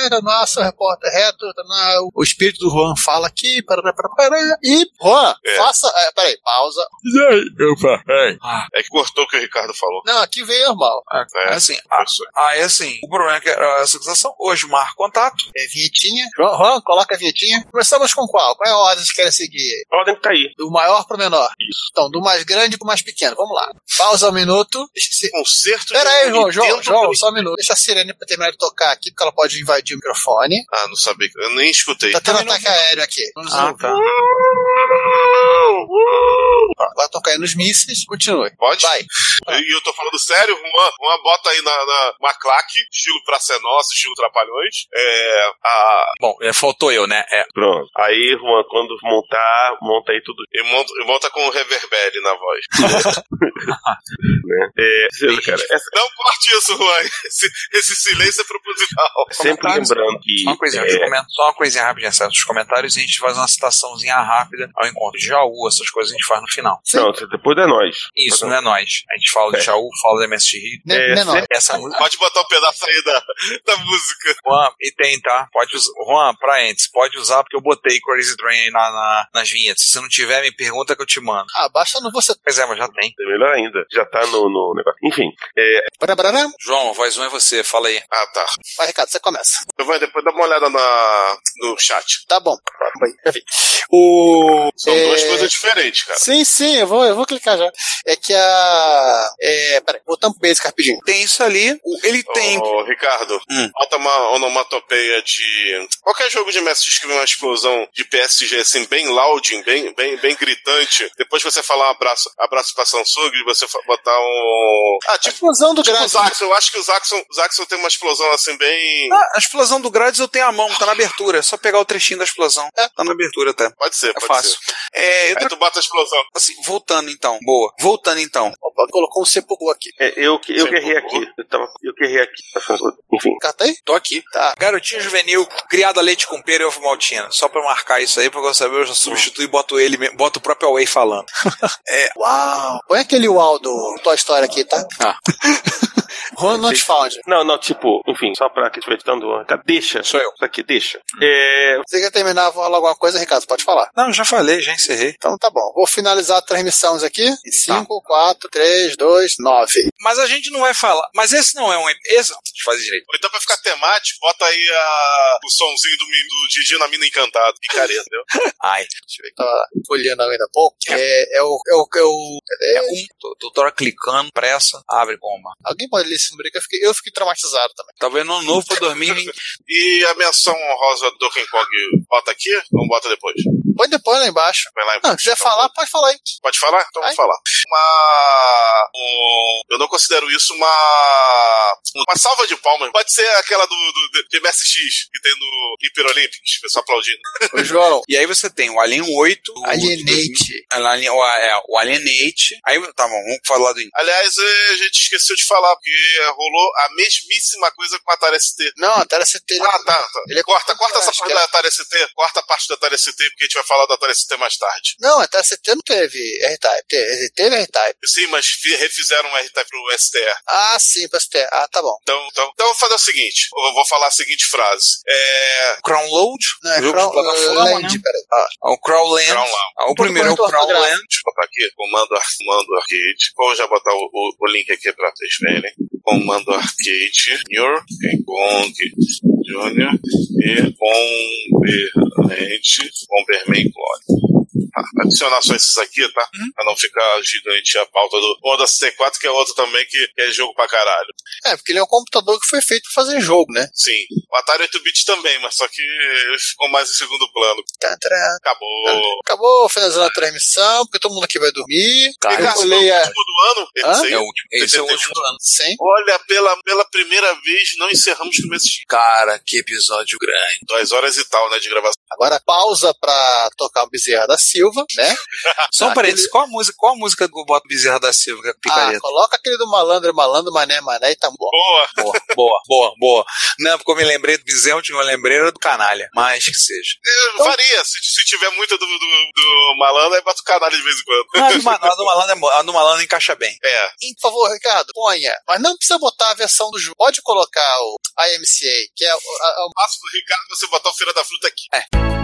Speaker 9: era nosso repórter reto, tá na- o espírito do Juan fala aqui, para, para, para, para, e Juan,
Speaker 4: É.
Speaker 9: faça, é, peraí, pausa.
Speaker 4: É que cortou o que o Ricardo falou.
Speaker 9: Não, aqui veio normal.
Speaker 4: É,
Speaker 10: assim, ah, ah, é assim. O problema é que ah, essa acusação, Osmar Contato.
Speaker 9: É vinhetinha. Juan, Juan, coloca a vinhetinha. Começamos com qual? Qual é a ordem que vocês querem seguir?
Speaker 19: A ordem que tá aí.
Speaker 9: Do maior pro menor. Então, do mais grande pro mais pequeno. Vamos lá. Pausa um minuto. Deixa se...
Speaker 4: Concerto
Speaker 9: Pera
Speaker 4: de
Speaker 9: aí, João,
Speaker 4: Nintendo
Speaker 9: João,
Speaker 4: pelo
Speaker 9: João, só um minuto. Deixa a sirene pra terminar de tocar aqui, porque ela pode invadir o microfone.
Speaker 4: Ah, não sabia. Eu nem escutei.
Speaker 9: Tá tendo ataque aéreo aqui. Vamos
Speaker 4: Ah,
Speaker 9: tá. Agora estão caindo os mísseis. Continue.
Speaker 4: Pode?
Speaker 9: Vai.
Speaker 4: E eu tô falando sério, Juan, Juan bota aí na, na uma claque, estilo Praça é Nossa, estilo Trapalhões. É. A.
Speaker 20: Bom, é, faltou eu, né? É.
Speaker 19: Pronto. Aí, Juan, quando montar, monta aí tudo.
Speaker 4: E monta, e monta com o reverbere na voz.
Speaker 19: né? É, sério, cara, é
Speaker 4: Não corte isso, Juan. Esse, esse silêncio é proposital.
Speaker 19: sempre lembrando que.
Speaker 10: Só uma coisinha,
Speaker 19: é,
Speaker 10: os comen- só uma coisinha rapidinha, certo? Os comentários e a gente faz uma citaçãozinha rápida ao encontro de Jaú, essas coisas a gente faz no final.
Speaker 19: não, você
Speaker 21: depois não é nós.
Speaker 6: Isso, não é nós. A gente fala do Shaul, fala do MSG.
Speaker 4: É, não é nós.
Speaker 6: Essa música.
Speaker 4: Pode botar um pedaço aí da, da música.
Speaker 6: Juan, e tem, tá? Pode usar. Juan, pra antes, pode usar porque eu botei Crazy Train aí na, na- nas vinhetas. Se não tiver, me pergunta que eu te mando.
Speaker 9: Ah, basta no você.
Speaker 6: Pois é, mas já tem.
Speaker 21: É melhor ainda. Já tá no, no negócio. Enfim. É...
Speaker 6: João, a voz 1 é você, fala aí.
Speaker 4: Ah, tá.
Speaker 9: Vai, Ricardo, você começa.
Speaker 4: Eu vou depois dar uma olhada na, no chat.
Speaker 9: Tá bom. O,
Speaker 4: São
Speaker 9: é,
Speaker 4: duas coisas diferentes, cara.
Speaker 9: Sim, sim, eu vou, eu vou clicar já. É que a. É, peraí, voltando pro basic rapidinho.
Speaker 6: Tem isso ali, o- ele tem. Hum.
Speaker 4: Ô, Ricardo, bota uma onomatopeia de. Qualquer jogo de MSX que vem uma explosão de PSG assim, bem loud, bem, bem, bem gritante. Depois que você falar um abraço, abraço pra Samsung, você fa- botar um. Ah, tipo.
Speaker 9: Explosão do
Speaker 4: Tipo o
Speaker 9: Gradius.
Speaker 4: Zaxxon, eu acho que o Zaxxon, o Zaxxon tem uma explosão assim bem.
Speaker 6: Ah, a explosão do Grades eu tenho a mão, tá na abertura. É só pegar o trechinho da explosão. Tá na abertura até.
Speaker 4: É. Pode ser,
Speaker 6: É
Speaker 4: pode
Speaker 6: fácil.
Speaker 4: ser.
Speaker 6: É,
Speaker 4: Aí
Speaker 6: outra...
Speaker 4: tu bota a explosão.
Speaker 6: assim, voltando então. Boa. Voltando então.
Speaker 9: Opa, colocou um sepulcro aqui.
Speaker 21: É, eu que- eu guerrei aqui. Eu, tava, eu guerrei aqui. Enfim.
Speaker 9: Cata aí?
Speaker 6: Tô aqui.
Speaker 9: Tá.
Speaker 6: Garotinho juvenil, criado a leite com pera e ovo maltina. Só pra marcar isso aí, porque eu saber, eu já substituo e boto ele, mesmo- boto o próprio Away falando. é,
Speaker 9: Uau! Põe aquele uau do Tua História aqui, tá?
Speaker 4: Ah.
Speaker 6: Tá.
Speaker 9: Juan Not Found.
Speaker 21: Não, não, tipo, enfim, só pra que estiver editando. cara, Deixa. Sou eu. Isso aqui, deixa. É.
Speaker 9: Você quer terminar, falar alguma coisa, Ricardo? Pode falar.
Speaker 6: Não, já falei, já encerrei.
Speaker 9: Então tá bom. Vou finalizar a transmissão
Speaker 4: Tá.
Speaker 9: aqui. 5, 4, 3, 2, 9.
Speaker 6: Mas a gente não vai falar. Mas esse não é um. Esse, deixa eu fazer direito.
Speaker 4: Ou então pra ficar temático, bota aí a- o somzinho do, mi- do Didi na mina encantado, picareta, entendeu?
Speaker 6: Ai.
Speaker 9: Tava olhando ainda há pouco. É, é o. É o, é o
Speaker 6: É um. Tô, tô toda hora clicando, pressa, abre bomba.
Speaker 9: Alguém pode ler esse número aí, que eu fiquei, eu fiquei traumatizado também.
Speaker 6: Talvez no ano novo pra 2020.
Speaker 4: E a menção honrosa do King Kong bota aqui ou bota depois?
Speaker 9: Põe depois lá embaixo.
Speaker 4: Vai lá embaixo.
Speaker 9: Não, se quiser falar, pode falar aí.
Speaker 4: Pode falar? Então vou falar. Uma. um- eu não considero isso uma. Uma salva de palmas. Pode ser aquela do, do, do de MSX que tem no Hyper Olympics, o pessoal aplaudindo.
Speaker 9: Ô, João.
Speaker 6: E aí você tem o Alien 8.
Speaker 4: Tá
Speaker 6: o-
Speaker 9: Alienate.
Speaker 6: o Alien- o- é, o Alienate. Aí, tá bom, vamos falar do.
Speaker 4: Aliás, eh, a gente esqueceu de falar, porque rolou a mesmíssima coisa com a Atari ST.
Speaker 9: Não, a Atari ST.
Speaker 4: Ah, tá. tá.
Speaker 9: é
Speaker 4: corta, corta essa parte da Atari ST, corta a parte da Atari ST, porque a gente vai falar da Atari ST mais tarde.
Speaker 9: Não, até CT não teve R-Type. Te- Teve R-Type.
Speaker 4: Sim, mas fi- refizeram o R-Type pro STR.
Speaker 9: Ah, sim, pra ST. Ah, tá bom.
Speaker 4: Então, então, então eu vou fazer o seguinte: eu vou falar a seguinte frase. É.
Speaker 6: Crownload?
Speaker 9: Não, é
Speaker 6: jogo
Speaker 9: Crown-
Speaker 6: de plataforma,
Speaker 9: Land,
Speaker 6: né?
Speaker 9: peraí. Ah,
Speaker 6: Ah, O Crowland.
Speaker 4: Crownland.
Speaker 6: Ah, o primeiro é o Crowland.
Speaker 4: Deixa eu botar aqui, comando, ar- comando arcade. Vou já botar o, o- o link aqui pra vocês verem. Comando arcade, Junior, King Kong, Junior e Bomberland, Bomberman Clone. Tá, Adicionar só esses aqui, tá? Pra não ficar gigante a pauta do Honda C4, que é outro também que é jogo pra caralho.
Speaker 9: É, porque ele é um computador que foi feito pra fazer jogo, né?
Speaker 4: Sim. O Atari 8-bit também, mas só que ficou mais em segundo plano.
Speaker 9: Tantra.
Speaker 4: Acabou.
Speaker 9: Acabou finalizando a transmissão, porque todo mundo aqui vai dormir.
Speaker 4: Ricardo,
Speaker 9: eu rolei
Speaker 4: é o
Speaker 9: a...
Speaker 4: último do ano?
Speaker 9: Hã?
Speaker 4: Esse aí?
Speaker 9: É o
Speaker 6: último. Esse é o
Speaker 4: 71.
Speaker 6: último do ano.
Speaker 9: Sim.
Speaker 4: Olha, pela, pela primeira vez não encerramos com esse
Speaker 6: Cara, que episódio grande.
Speaker 4: Duas horas e tal, né, de gravação.
Speaker 9: Agora pausa pra tocar o Bezerra da Silva, né?
Speaker 6: Só um
Speaker 9: Aquele-
Speaker 6: parênteses, qual a música, qual a música do Boto Bezerra da Silva que é
Speaker 9: Ah,
Speaker 6: picareta?
Speaker 9: coloca aquele do malandro, malandro, mané, mané e tá bom.
Speaker 4: Boa.
Speaker 6: boa, boa, boa, boa. Não, porque eu me lembrei do Bezerra, eu me lembrei era do canalha, mas que seja.
Speaker 4: Eu Varia, se, se tiver muita do, do, do malandro, aí bota o canalha de vez em quando.
Speaker 6: Ah, a do, Ma- a do malandro, é boa, a do malandro encaixa bem.
Speaker 4: É.
Speaker 9: E, por favor, Ricardo, ponha. Mas não precisa botar a versão do jogo. Pode colocar o IMCA, que é o. a- a-
Speaker 4: Passo do Ricardo você botar o Feira da Fruta aqui.
Speaker 6: É.